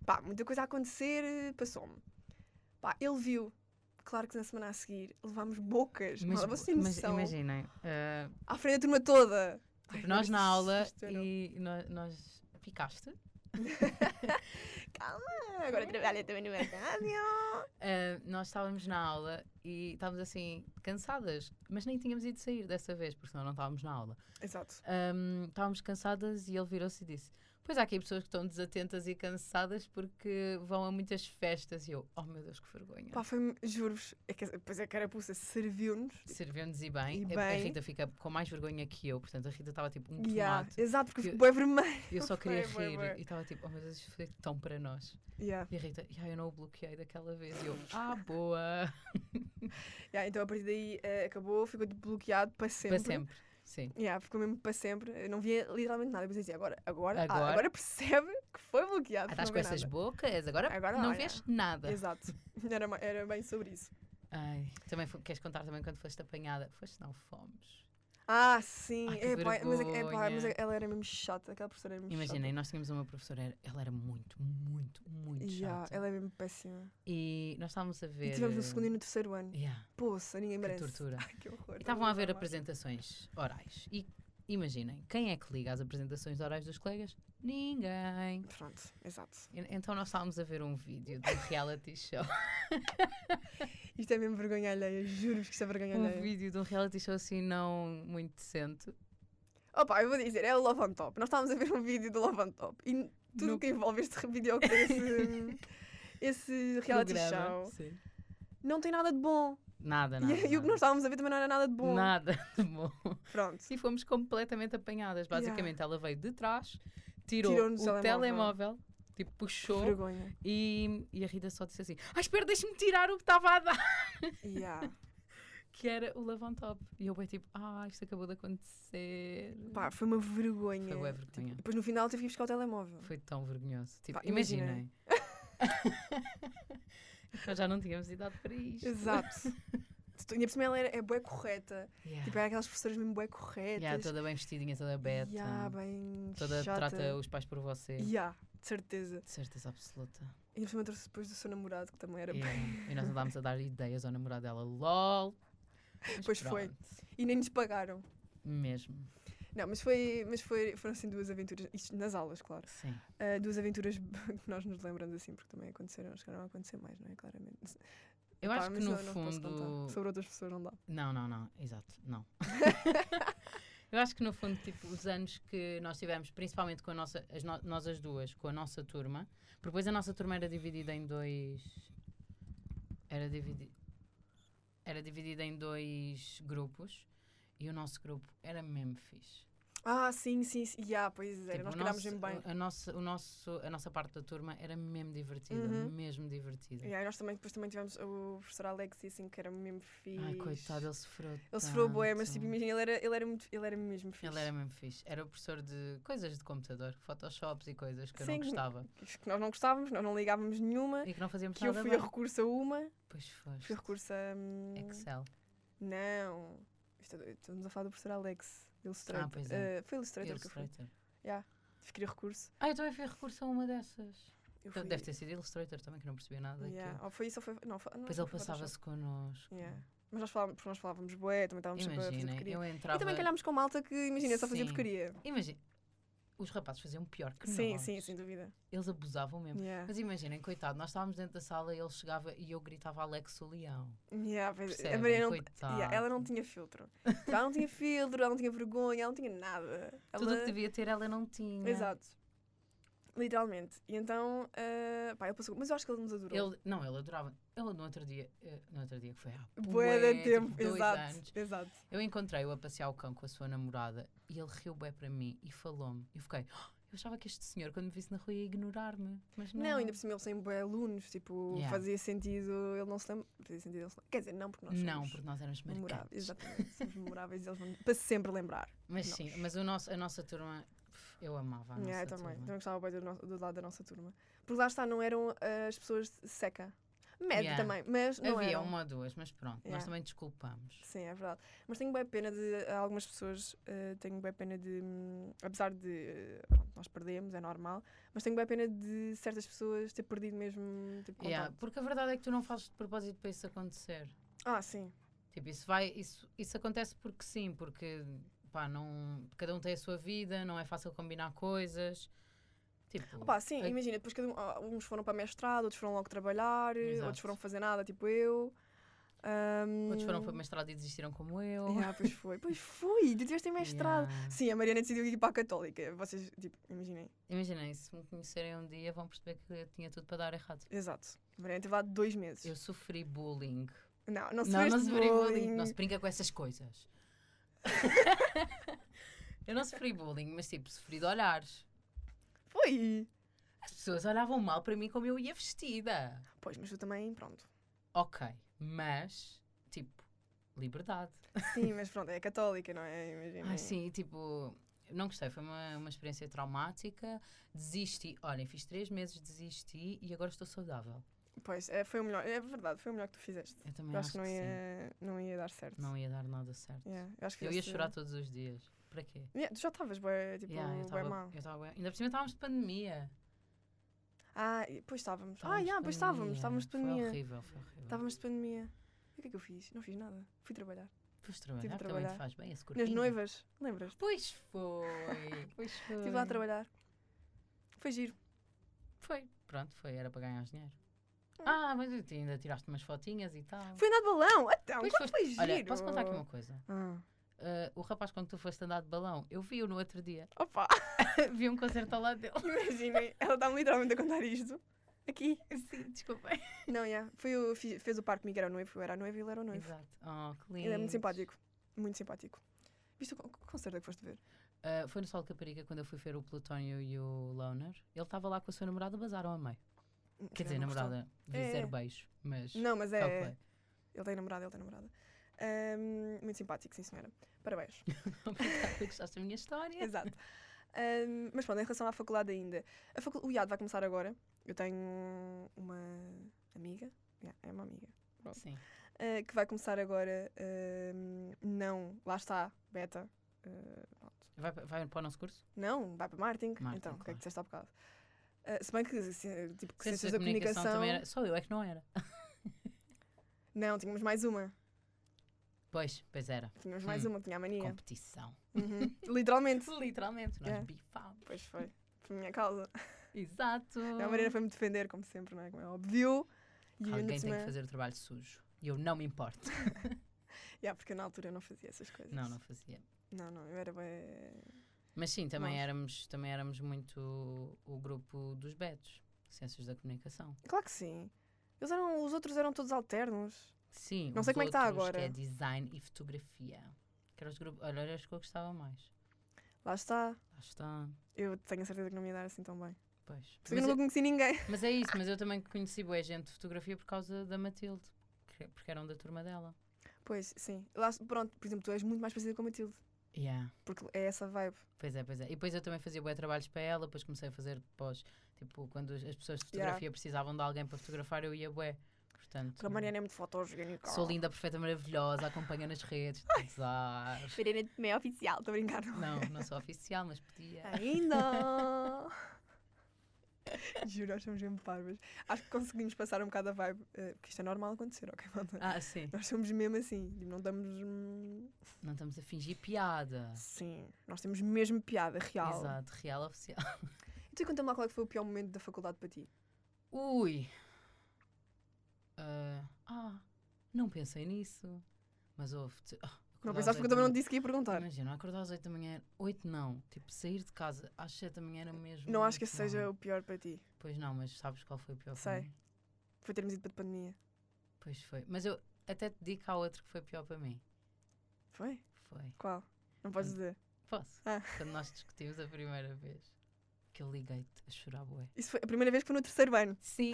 Pá, muita coisa a acontecer, eh, passou-me. Pá, ele viu. Claro que na semana a seguir levámos bocas. Mas, então.
Mas,
vocês têm
mas
noção.
imaginem, ah,
À frente da turma toda. Ai,
tipo, nós na
isto-
aula
isto um- eu não-
e nós, nós picaste.
Ah, Agora trabalha também *laughs* no mercado.
Ah, nós estávamos na aula e estávamos assim, cansadas, mas nem tínhamos ido sair dessa vez, porque senão não estávamos na aula.
Exato.
Ahm, estávamos cansadas e ele virou-se e disse: Pois há aqui pessoas que estão desatentas e cansadas porque vão a muitas festas e eu, oh meu Deus, que vergonha.
Pá, foi, juro-vos, é que, pois é que a carapuça serviu-nos.
Serviu-nos e bem.
E
A- A
bem.
Rita fica com mais vergonha que eu, portanto a Rita estava tipo um
Yeah,
tomate.
exato, porque
Que-
ficou bué vermelho.
E eu só queria
Foi, foi,
rir
foi.
e estava tipo, oh meu Deus, isto foi tão para nós.
*laughs* Yeah,
E a Rita, yeah, eu não o bloqueei daquela vez. E eu,
*laughs*
ah, boa.
yeah, então a partir daí eh, acabou, ficou tipo, bloqueado para sempre.
Para sempre. Sim.
Yeah, ficou mesmo para sempre. Eu não via literalmente nada. Eu pensei assim, agora, agora, ah,
Agora.
agora percebe *laughs* que foi bloqueado.
Ah,
porque
estás
não
com
vê
essas
nada.
bocas, agora,
Agora
não
olha.
vês nada. *laughs*
Exato. *laughs* Era, ma- era bem sobre isso.
Ai, também fo- queres contar também quando foste apanhada? Foste, não, fomos.
Ah, sim.
Ai, que
é, pá, mas, é, que- é, pá, mas
vergonha.
ela era mesmo chata. Aquela professora era mesmo
Imaginem, nós tínhamos uma professora, era- ela era muito, muito,
chata.
muito
Yeah,
chata.
ela é mesmo péssima.
E nós estávamos a ver.
E tivemos no
eh,
segundo e no terceiro ano.
yeah,
Poça, ninguém
que
merece.
tortura.
*laughs* Ai, que horror.
E estavam a ver
Vamos lá.
apresentações orais. E imaginem, quem é que liga às apresentações orais dos colegas? Ninguém.
Pronto, exato.
En- Então nós estávamos a ver um
*laughs*
vídeo de um reality show.
Isto é mesmo vergonha alheia. Juro-vos que isto é vergonha
um
alheia.
vídeo de um reality show assim não muito decente.
Opa, eu vou dizer, é o Love on Top. Nós estávamos a ver um vídeo do Love on Top e tudo
No-
que envolve este vídeo,
*laughs*
esse, esse reality
Programa.
show,
Sim.
não tem nada de bom.
Nada,
E-
nada.
e, o que nós estávamos a ver também não era nada de bom.
Nada de bom.
Pronto.
E fomos completamente apanhadas.
Yeah.
Basicamente, ela veio de trás, tirou
Tirou-nos o
o
telemóvel.
telemóvel, tipo,
Que
puxou
vergonha.
e, e a Rita só disse assim: Ah, espera, deixa-me tirar o que estava a dar. *laughs*
Yeah.
Que era o Love on Top. E eu bem tipo: Ah, isto acabou de acontecer.
Pá, é, foi uma vergonha.
Foi bué vergonha.
Depois no final tive que ir buscar o telemóvel.
Foi tão vergonhoso. Tipo,
Pá, *laughs*
imaginem. Nós já não tínhamos idade para isto. *laughs*
Exato. E ainda por cima ela era, é bué correta.
Yeah.
Tipo, era aquelas professoras mesmo bué corretas.
Yeah, toda bem vestidinha, toda beta.
Yeah, bem
toda
chata.
trata os pais por você.
Yeah, de certeza.
De certeza absoluta.
E ainda por cima trouxe depois do seu namorado, que também era
E, é e nós andámos a dar ideias ao namorado dela, lol. Mas
Pois foi.
pronto,
E nem nos pagaram.
Mesmo,
Não, mas, foi, mas foi, foram assim duas aventuras, isto nas aulas, claro.
sim.
Ah, duas aventuras *laughs* que nós nos lembramos assim, porque também aconteceram, chegaram a acontecer mais, não é? Claramente.
Eu
Pá,
acho que
mas
no
eu não posso
fundo.
contar. Sobre outras pessoas não dá.
Não, não, não, exato,
*laughs*
não. Eu acho que no fundo, tipo, os anos que nós tivemos, principalmente com a nossa, as no- nós as duas, com a nossa turma, porque depois a nossa turma era dividida em dois. Era dividida. Era dividida em dois grupos e o nosso grupo era mesmo fixe.
Ah, sim, sim, sim. Yeah, pois era,
Tipo,
nós
o
calhámos
nosso-
mesmo bem.
A, a nossa, o nosso, a nossa parte da turma era mesmo divertida,
Uhum.
mesmo divertida.
Yeah, e é nós também, depois também tivemos o professor Alex, e assim, que era mesmo fixe.
Ai, coitado, ele sofreu.
Ele sofreu boé, mas
tanto.
tipo, imagina, ele era, ele era, muito, ele era mesmo fixe.
Ele era mesmo fixe. Era o professor de coisas de computador, photoshops e coisas que eu
Sim.
não
*laughs*
gostava.
Isto Que nós não gostávamos, nós não ligávamos nenhuma.
E que não fazíamos
Que eu
nada
fui
bem.
a recurso a uma,
Pois foste.
fui a recurso a. hum,
Excel.
Não. Isto- Estamos a falar do professor Alex. Illustrator.
Ah, pois é.
Eh, foi Illustrator, que eu
Illustrator.
fui. Fiquei recurso.
Ah, eu também fui a recurso a uma dessas.
Eu
Então,
fui-
Deve ter sido Illustrator também, que eu não percebia nada. daquilo.
Yeah. Ou foi isso ou foi. Não, foi... não,
Depois
foi
ele
Photoshop.
passava-se connosco.
Yeah. Mas nós falávamos, porque nós falávamos bué, também estávamos sempre é a fazer
Imaginem,
porcaria.
eu
E também
entrava.
calhámos com malta que, imagina, só fazia
Sim.
porcaria.
Imagina, os rapazes faziam pior que
sim,
nós.
sim, sem dúvida.
Eles abusavam mesmo.
Yeah.
Mas imaginem, coitado, nós estávamos dentro da sala e ele chegava e eu gritava Alex o Leão.
Yeah, pois-
Percebem?
a Maria não.
coitado.
Yeah, ela não tinha filtro. Ela não tinha filtro, ela não tinha vergonha, ela não tinha nada.
Tudo o
Ela-
que devia né? ter ela não tinha.
Exato. Literalmente. E então, eh, pá, ele passou. Mas eu acho que ele nos adorou.
Ele, não, ele adorava. Ele no outro dia, eh, no outro dia que foi há
Bué
bué,
de
tipo,
tempo,
dois
exato,
anos,
exato.
eu encontrei-o a passear o cão com a sua namorada e ele riu bem para mim e falou-me. Eu fiquei, "Oh, eu achava que este senhor, quando me visse na rua, ia ignorar-me. Mas não.
Não, ainda por cima eles têm bué alunos, tipo,
Yeah.
fazia sentido ele não se lembra. Fazia sentido ele se lembra. Quer dizer, não porque nós
Não,
somos
porque nós éramos
memoráveis.
marcados.
Exatamente, somos memoráveis e eles vão para sempre lembrar.
Mas
Nós.
sim, mas o nosso, a nossa turma, pff, eu amava a nossa
Yeah, eu É, também.
turma.
Também gostava bem do, nosso- do lado da nossa turma. Porque lá está, não eram ah, as pessoas de seca. Médio
Yeah.
também, mas não É.
Havia
eram.
uma ou duas, mas pronto, nós
Yeah.
também desculpamos.
Sim, é verdade. Mas tenho bem pena de há algumas pessoas, eh, tenho bem pena de, hum, apesar de eh, pronto, nós perdemos, é normal, mas tenho bem pena de certas pessoas ter perdido mesmo tipo, contato.
Yeah, porque a verdade é que tu não fazes de propósito para isso acontecer.
Ah, sim.
Tipo, isso vai, isso, isso acontece porque sim, porque pá, não, cada um tem a sua vida, não é fácil combinar coisas. Tipo,
Opa, sim,
a-
imagina, depois cada um, ah, uns foram para mestrado, outros foram logo trabalhar, eh,
Exato.
outros foram fazer nada, tipo eu. Ahm,
Outros foram para o mestrado e desistiram como eu.
*laughs* yeah, pois foi, pois foi, devias ter É, mestrado.
*laughs* Yeah.
Sim, a Mariana decidiu ir para a Católica. Vocês, tipo, imaginem.
ah, Imaginem, se me conhecerem um dia vão perceber que eu tinha tudo para dar errado.
Exato. A Mariana teve lá dois meses.
Eu sofri bullying.
Não, não se
não, não
fez
sofri bullying.
bullying.
Não se brinca com
*laughs*
essas coisas. eu não sofri bullying, mas tipo, sofri de olhares.
Foi.
As pessoas olhavam mal para mim como eu ia vestida.
Pois, mas tu também, pronto.
Ok, mas, tipo, liberdade.
Sim, mas pronto, é católica, não é? Imagina.
Ai, sim, tipo, não gostei, foi uma, uma experiência traumática. Desisti, olhem, fiz três meses, desisti e agora estou saudável.
Pois, é, foi o melhor, é verdade, foi o melhor que tu fizeste.
Eu também
Eu acho que não
sim.
ia, não ia dar certo.
Não ia dar nada certo.
Yeah, eu acho que
Eu ia
fizeste-
chorar todos os dias. Para quê?
Yeah, tu já estavas bem, tipo,
Yeah, eu
bué
estava.
mal.
eu estava bué- Ainda por cima estávamos de pandemia.
Ah, e- pois estávamos. Ah,
Estávamos
yeah,
de
pois estávamos, estávamos de
Foi
pandemia.
horrível, foi horrível.
Estávamos de pandemia. E o que é que eu fiz? Não fiz nada. Fui trabalhar.
Depois de trabalhar,
tive de
também te
trabalhar.
faz bem
Nas
esse corpinho.
noivas, lembras?
Pois
*laughs*
foi. Pois foi.
Estive lá a trabalhar. Foi giro.
Foi. Pronto, foi. Era para ganhar dinheiro.
Hum.
Ah, mas tu ainda tiraste umas fotinhas e tal.
Fui andar de balão! Então,
Pois
quando foi
foste-
giro!
Olha, posso contar aqui uma coisa?
Ah.
Ah, o rapaz quando tu foste andar de balão, eu vi-o no outro
*laughs*
dia.
Opa!
vi um concerto ao
*laughs*
lado dele.
Imaginem, ela está-me literalmente a contar isto. Aqui.
Sim, desculpa.
Não, yeah. Foi o, fi- fez o par comigo, era o noivo, eu era a noiva e ele era o noivo.
*laughs* Exato. Oh, que lindo.
Ele é muito simpático. Muito simpático. Viste o con- que concerto é que foste ver?
Ah, foi no Sol de Caparica quando eu fui ver o Plutónio e o Loner. Ele estava lá com a sua namorada, basaram a meio. Quer dizer,
Não gostou.
namorada, devia
É.
dizer beijo, mas.
Não, mas
Tal
é.
qual.
Ele tem namorada, ele tem namorada. Ahm, muito simpático, sim, senhora.
*laughs*
Parabéns.
Obrigada, gostaste da minha história.
Exato. Ahm, mas pronto, em relação à faculdade ainda. A facu- O IAD vai começar agora. Eu tenho uma amiga. Yeah, é uma amiga.
Sim.
ah, que vai começar agora. ahm, não, lá está, beta. ah, pronto.
Vai, pa- vai para o nosso curso?
Não, vai para marketing.
Marketing,
então, o que é
claro.
que disseste há bocado? Ah, se bem que, assim, tipo, que ciências da, comunicação.
comunicação também era. Só eu é que não era.
Não, tínhamos mais uma.
Pois, pois era.
Tínhamos mais
Hum.
uma que tinha a mania.
Competição.
Uhum.
*laughs*
Literalmente.
Literalmente, nós
É.
bifámos.
Pois foi. Por minha causa.
Exato.
A Mariana foi-me defender, como sempre, não é? Como é óbvio. E é? eu,
Alguém
ainda por
tem
cima-
que fazer o trabalho sujo. E eu não me
*laughs*
importo.
Yeah, porque eu, na altura eu não fazia essas coisas.
não, não fazia.
Não, não, eu era bem.
Mas sim, também
Nós.
éramos, também éramos muito o grupo dos Betos, Ciências da Comunicação.
Claro que sim. Eles eram, os outros eram todos alternos.
Sim,
Não
os
sei como é que tá
outros,
agora.
é design e fotografia. Que eram os grupos. Olha, era as que eu gostava mais.
Lá está.
Lá está.
Eu tenho a certeza que não me ia dar assim tão bem.
Pois.
Porque eu
Mas,
nunca
é-
conheci ninguém. *laughs*
mas é isso, mas eu também conheci boa gente de fotografia por causa da Matilde. que- Porque eram da turma dela.
Pois, sim. Lá, pronto, por exemplo, tu és muito mais parecida com a Matilde.
Yeah.
Porque é essa vibe.
Pois é, pois é. E depois eu também fazia bué trabalhos para ela, depois comecei a fazer pós, tipo, quando as as pessoas de
Yeah.
fotografia precisavam de alguém para fotografar, eu ia bué. Portanto,
Porque a Mariana é muito fotógena.
sou linda, perfeita, maravilhosa, acompanha nas redes, azar.
Mariana também é oficial, estou a brincar. Não.
Não, não sou oficial, mas podia.
Ainda! *laughs* Juro, nós somos mesmo parvas. Acho que conseguimos passar um bocado a vibe. eh, Porque isto é normal acontecer, ok, malta?
Ah, sim.
Nós somos mesmo assim. tipo, Não damos. hum,
Não estamos a fingir piada.
Sim, nós temos mesmo piada real.
Exato, real oficial.
E tu conta-me lá qual é que foi o pior momento da faculdade para ti?
Ui. Ah, ah, não pensei nisso. Mas houve. ah,
Não
acordar às
pensaste porque eu
oito
também
da
não te disse que ia perguntar.
Imagina, acordar às 8 da manhã, 8 não, tipo sair de casa às 7 da manhã era mesmo.
Não acho que esse
muito
seja
mal.
o pior para ti.
Pois não, mas sabes qual foi o pior? para
Sei.
mim?
Foi termos ido para a pandemia.
Pois foi. Mas eu até te digo que há outro que foi pior para mim.
Foi?
Foi.
Qual? Não podes
Hum.
dizer.
Posso?
Ah.
Quando nós discutimos a primeira vez, que eu liguei-te a chorar, bué.
Isso foi a primeira vez que foi no terceiro ano.
*laughs* Sim.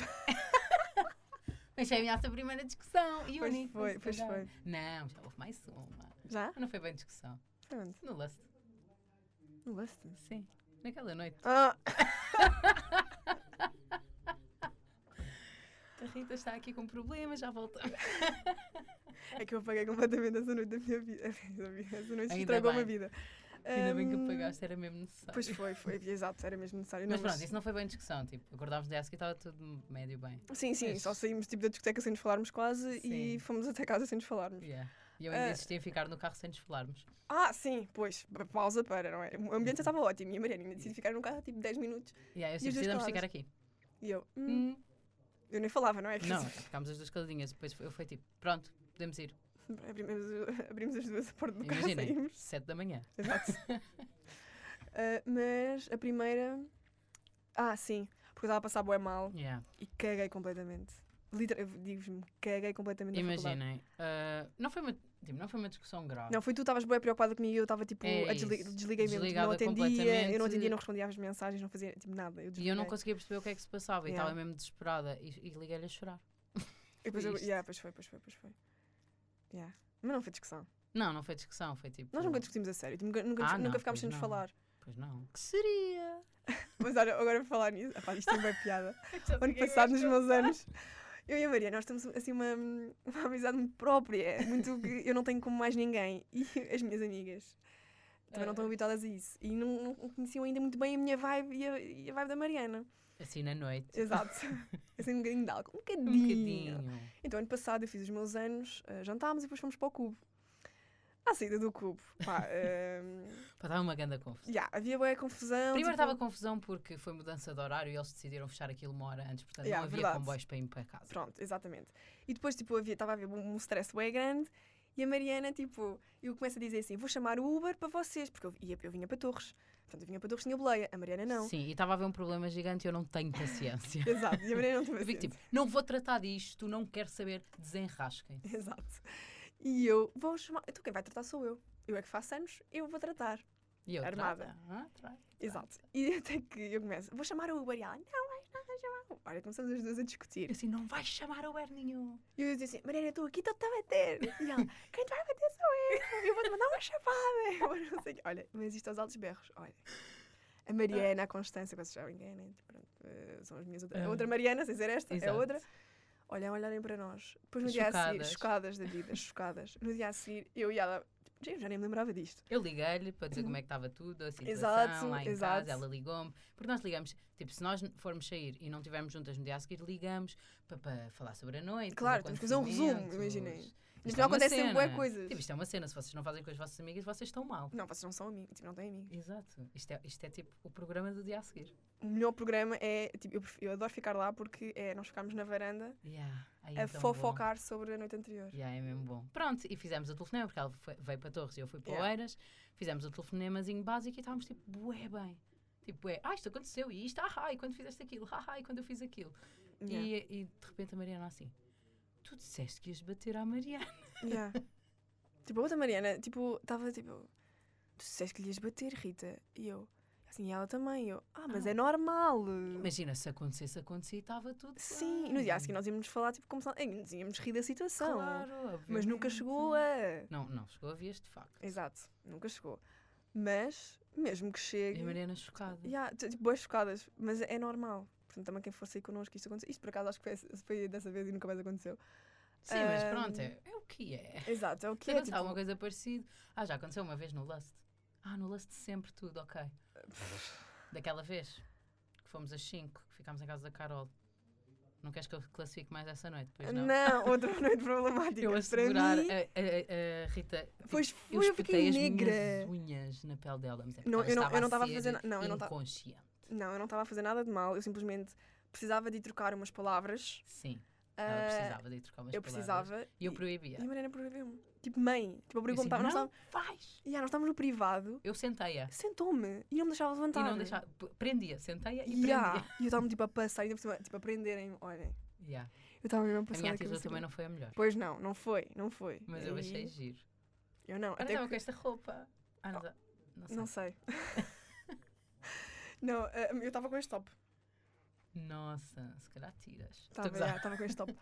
Mas foi a nossa primeira discussão e
Pois
única.
foi,
se
pois
calhar. Não, já houve mais uma.
Já?
Mas Ah, Não foi bem discussão.
Foi onde?
No last.
No Luston.
Sim. Naquela noite.
Ah,
A Rita está aqui com problemas, já volta.
é que eu apaguei completamente essa noite da minha vida. *laughs* Essa vida- essa noite
Ainda
estragou-me a
bem.
vida.
*laughs* Ainda bem que
Hum,
apagaste, era mesmo necessário.
Pois foi, foi, exato, era mesmo necessário.
mas
Não,
pronto, isso não foi bem discussão. Tipo, acordávamos de que estava tudo médio bem.
Sim, sim,
Mas-
só saímos tipo da discoteca sem nos falarmos quase e
Sim.
fomos até casa sem nos falarmos.
Yeah. E eu ainda
Ah.
insistia em ficar no carro sem nos falarmos.
Ah, sim, pois, pa- pausa para, não é? O ambiente
Uhum.
já estava ótimo e a Mariana ainda decidi ficar no carro tipo 10 minutos
Yeah, eu
E as duas
sempre precisamos
caladas?
ficar aqui.
e eu, hum, eu nem falava, não é?
Não, ficámos as duas caladinhas. Depois foi- eu fui tipo, pronto, podemos ir.
*laughs* Abrimos, abrimos as duas a porta do carro e
Imaginem, *laughs*
saímos.
7 da manhã.
Exato. Ah, mas a primeira. Ah, sim, porque eu estava a passar bué mal
Yeah.
e caguei completamente. Literal, eu digo-vos-me, caguei completamente. na faculdade.
Imaginem. ah, não, foi uma, tipo, não foi uma discussão grave.
Não, foi tu estavas bem preocupada comigo e eu estava tipo,
É
a desli-
isso.
desliguei mesmo, tipo, não
Desligada
atendia, eu
completamente.
não atendia, não respondia às mensagens, não fazia tipo nada. Eu
E eu não
desliguei.
conseguia perceber o que é que se passava e
Yeah.
estava mesmo desesperada e, e liguei-lhe a chorar.
E depois eu,
Triste.
yeah, pois foi, pois foi, pois foi. Yeah. Mas não foi discussão.
Não, não foi discussão, foi tipo.
Nós nunca discutimos a sério, tipo, nunca, nunca,
Ah,
discu- nunca
não,
ficámos sem
pois
nos
não.
falar.
Pois não. Que seria?
Mas olha, agora vou falar nisso. Epá, isto é uma piada. O *laughs* ano passado, nos meus anos, eu e a Maria, nós temos assim uma, uma amizade muito própria, é muito que eu não tenho como mais ninguém. E *laughs* as minhas amigas também
Ah.
não estão habituadas a isso. E não, não conheciam ainda muito bem a minha vibe e a- e a vibe da Mariana.
Assim na noite. *laughs*
Exato. assim um bocadinho de álcool. Um
Um
bocadinho.
bocadinho.
Então, ano passado, eu fiz os meus anos, eh, jantámos e depois fomos para o cubo. À saída do cubo, pá, *laughs* ehm,
Pá, Estava uma grande confusão.
yeah, havia boa confusão.
Primeiro
tipo-
estava confusão porque foi mudança de horário e eles decidiram fechar aquilo uma hora antes, portanto
Yeah,
não havia
verdade.
comboios para ir para casa.
Pronto, exatamente. E depois, tipo, havia, estava a haver um um stress bem grande e a Mariana, tipo, eu começo a dizer assim: vou chamar o Uber para vocês, porque eu, ia, eu vinha para Torres. Portanto, eu vinha para Torres, tinha boleia. A Mariana não.
Sim, e estava a haver um problema gigante e eu não tenho
*laughs*
paciência.
Exato, e a
*laughs*
Mariana não teve
Eu fico tipo, não vou tratar disto, não quero saber,
*laughs*
desenrasquem.
Exato. E eu vou chamar. Então, quem vai tratar sou eu. Eu é que faço anos, eu vou tratar.
E eu
Armada.
trato, ah, trato,
Exato.
trato.
E até que eu começo, vou chamar o Uber e ela, não, é vais não vais chamar o Uber. Olha, começamos as duas a
Eu
discutir.
assim, não vais chamar Uber nenhum.
E eu dizia assim, Mariana, estou aqui, estou-te a bater. E ela, quem te vai bater sou eu, eu vou-te mandar uma é chapada. *laughs* Eu não sei o quê. Olha, mas isto aos altos berros, olha. A Mariana, a Constância, vocês já me enganem, pronto, eh, são as minhas outras. A
Ah.
outra Mariana, sem ser esta, é
Exato.
outra. Olha, a olharem para nós. Depois no dia a seguir,
Chocadas.
chocadas da vida, chocadas. No dia a seguir, eu e ela, tipo, "Gente, já nem me lembrava disto.
Eu liguei-lhe para dizer como é que estava tudo, a situação
Exato,
lá em
exato.
casa, ela ligou-me. Porque nós ligamos, tipo, se nós formos sair e não estivermos juntas no dia a seguir, ligamos para, para falar sobre a noite.
Claro,
os
temos que fazer um resumo,
acontecimentos.
imaginem.
Isto
não
é uma
acontece sempre bué
cena.
coisas.
Tipo, isto é uma cena, se vocês não fazem com as vossas amigas, vocês estão mal.
Não, vocês não são amigos, tipo, não têm amigos.
Exato, isto é, isto é tipo o programa do dia a seguir.
o melhor programa é. Tipo, eu, pref- eu adoro ficar lá porque é nós ficarmos na varanda
Yeah, aí
a
é tão
fofocar sobre a noite anterior.
Bom. Yeah, é mesmo bom. Pronto, e fizemos o telefonema, porque ela foi- veio para Torres e eu fui para
Yeah.
Oeiras. Fizemos o telefonemazinho básico e estávamos tipo, bué bem. Tipo, é, ah, isto aconteceu e isto, ah, ah, e quando fizeste aquilo, *laughs* ah, ah, e quando eu fiz aquilo.
Yeah.
E, e de repente a Mariana assim: Tu disseste que ias bater à Mariana.
Yeah.
*laughs*
tipo, a outra Mariana, tipo, estava tipo. Tu disseste que lhe ias bater, Rita. E eu. Assim, e ela também. E eu. Ah, mas
Ah.
é normal.
Imagina se acontecesse, acontecia e estava tudo.
Sim,
bem.
e no dia a seguir nós íamos falar, tipo, como se. eh, Nos íamos rir da situação.
Claro, Uhum.
Mas
obviamente.
nunca chegou a.
Não, não chegou a ver este facto.
Exato, nunca chegou. Mas, mesmo que
E
chegue.
a Mariana chocada.
Yeah, t- tipo, boas chocadas, mas é normal. Portanto, também quem for sair connosco, isto aconteceu. Isto por acaso acho que foi, foi dessa vez e nunca mais aconteceu.
Sim, mas
Ahm,
pronto, é, é o que é.
Exato, é o
Se
que é.
aconteceu
Tipo,
alguma coisa parecida. Ah, já aconteceu uma vez no Lust. Ah, no Lust sempre tudo, ok. Daquela vez que fomos às 5, que ficámos em casa da Carol. Não queres que eu classifique mais essa noite? Pois não.
não. outra *laughs* noite problemática.
Eu a segurar
Para mim,
a, a- a- a Rita.
Pois
tipo,
foi, eu
espetei
fiquei
as
negra.
minhas unhas na pele dela. Mas é
Não,
não,
eu não-
estava
eu não estava
estava a
a
ser
fazer na- não, eu não ta-
inconsciente.
Não, eu não estava a fazer nada de mal, eu simplesmente precisava de ir trocar umas palavras.
Sim,
ah,
ela precisava de ir trocar umas
Eu
palavras.
precisava.
E eu
e-
proibia.
e a Mariana proibiu-me. Tipo, mãe. Tipo, obrigou-me.
Eu
Tava-
assim,
Nós
não,
estávamos
vais.
yeah, nós estávamos no privado,
Eu sentei-a.
sentou-me e não me deixava
E
levantar.
não deixava. p- Prendia, sentei-a e
Yeah.
prendia.
E eu estava-me tipo a passar, ainda por cima, tipo a prenderem-me. Olhem,
Yeah.
eu estava mesmo a
A
passar.
minha
da
atitude
cabeça
também
dele.
não foi a melhor.
Pois não, não foi, não foi.
Mas eu
E-
achei giro.
Eu não,
Olha,
até
estava
que-
com esta roupa. Ah, não, não sei.
Não sei. *laughs* não, eh, eu estava com este top.
Nossa, se calhar tiras. Estou a
Estava
gozar.
yeah, tava com este
*laughs*
top.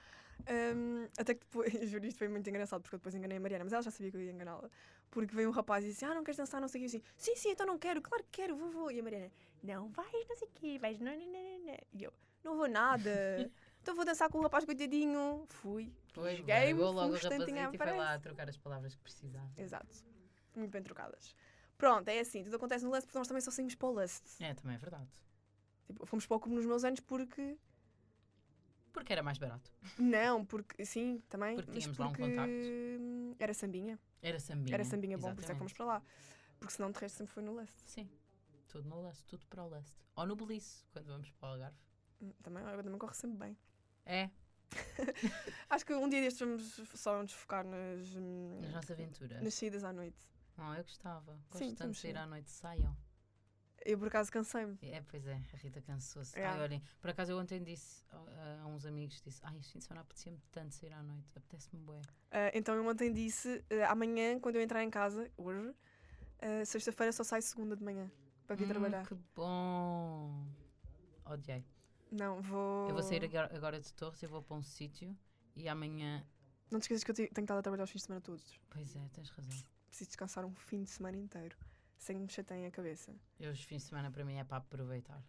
Ahm, até que depois, *laughs* juro, isto foi muito engraçado, porque eu depois enganei a Mariana, mas ela já sabia que eu ia enganá-la. Porque veio um rapaz e disse: Ah, não queres dançar, não sei o que. Eu disse: Sim, sim, então não quero, claro que quero, vou, vou. E a Mariana: Não vais, não sei o quê, vais, não, não, não, não, não. E eu: Não vou
*laughs*
nada. Então vou dançar com o rapaz coitadinho. Fui.
Foi,
Joguei-me,
largou
fui
logo
um
o
instantinho à
rapazito e foi lá
parede.
trocar as palavras que precisava.
Exato. Muito bem trocadas. Pronto, é assim, tudo acontece no lance, porque nós também só saímos para o lance.
É, também é verdade.
Tipo, fomos para o cubo nos meus anos porque
Porque era mais barato.
Não, porque sim, também.
Porque
mas
tínhamos lá um
porque,
contacto.
hum, Era sambinha.
Era sambinha.
Era sambinha bom, por isso é que
exatamente.
fomos para lá. Porque senão de resto sempre foi no leste.
Sim. Tudo no leste, tudo para o leste. Ou no Belice, quando vamos para o Algarve.
Hum, Também, eu também corre sempre bem.
É,
Acho que um dia destes vamos só nos focar nas, hum,
Nas nossas aventuras.
nas saídas à noite.
Não, eu gostava. Gosto
Sim,
tanto
temos
de sair
sim.
à noite. Saiam.
Eu por acaso cansei-me.
É, pois é, a Rita cansou-se.
É.
Ai, olhem, por acaso eu ontem disse a, a- a uns amigos, disse, ai, este fim de semana apetecia-me tanto sair à noite, apetece-me bué.
Ah, então eu ontem disse, ah, amanhã, quando eu entrar em casa, hoje, ah, sexta-feira só sai segunda de manhã para vir
Hum,
trabalhar.
Que bom! Odiei.
Não, vou.
Eu vou sair agora, agora de Torres, eu vou para um sítio e amanhã...
Não te esqueças que eu te- tenho estado a trabalhar os fins de semana todos.
Pois é, tens razão.
Preciso descansar um fim de semana inteiro, sem que me chateiem a cabeça.
Eu, os fins de semana para mim é para aproveitar.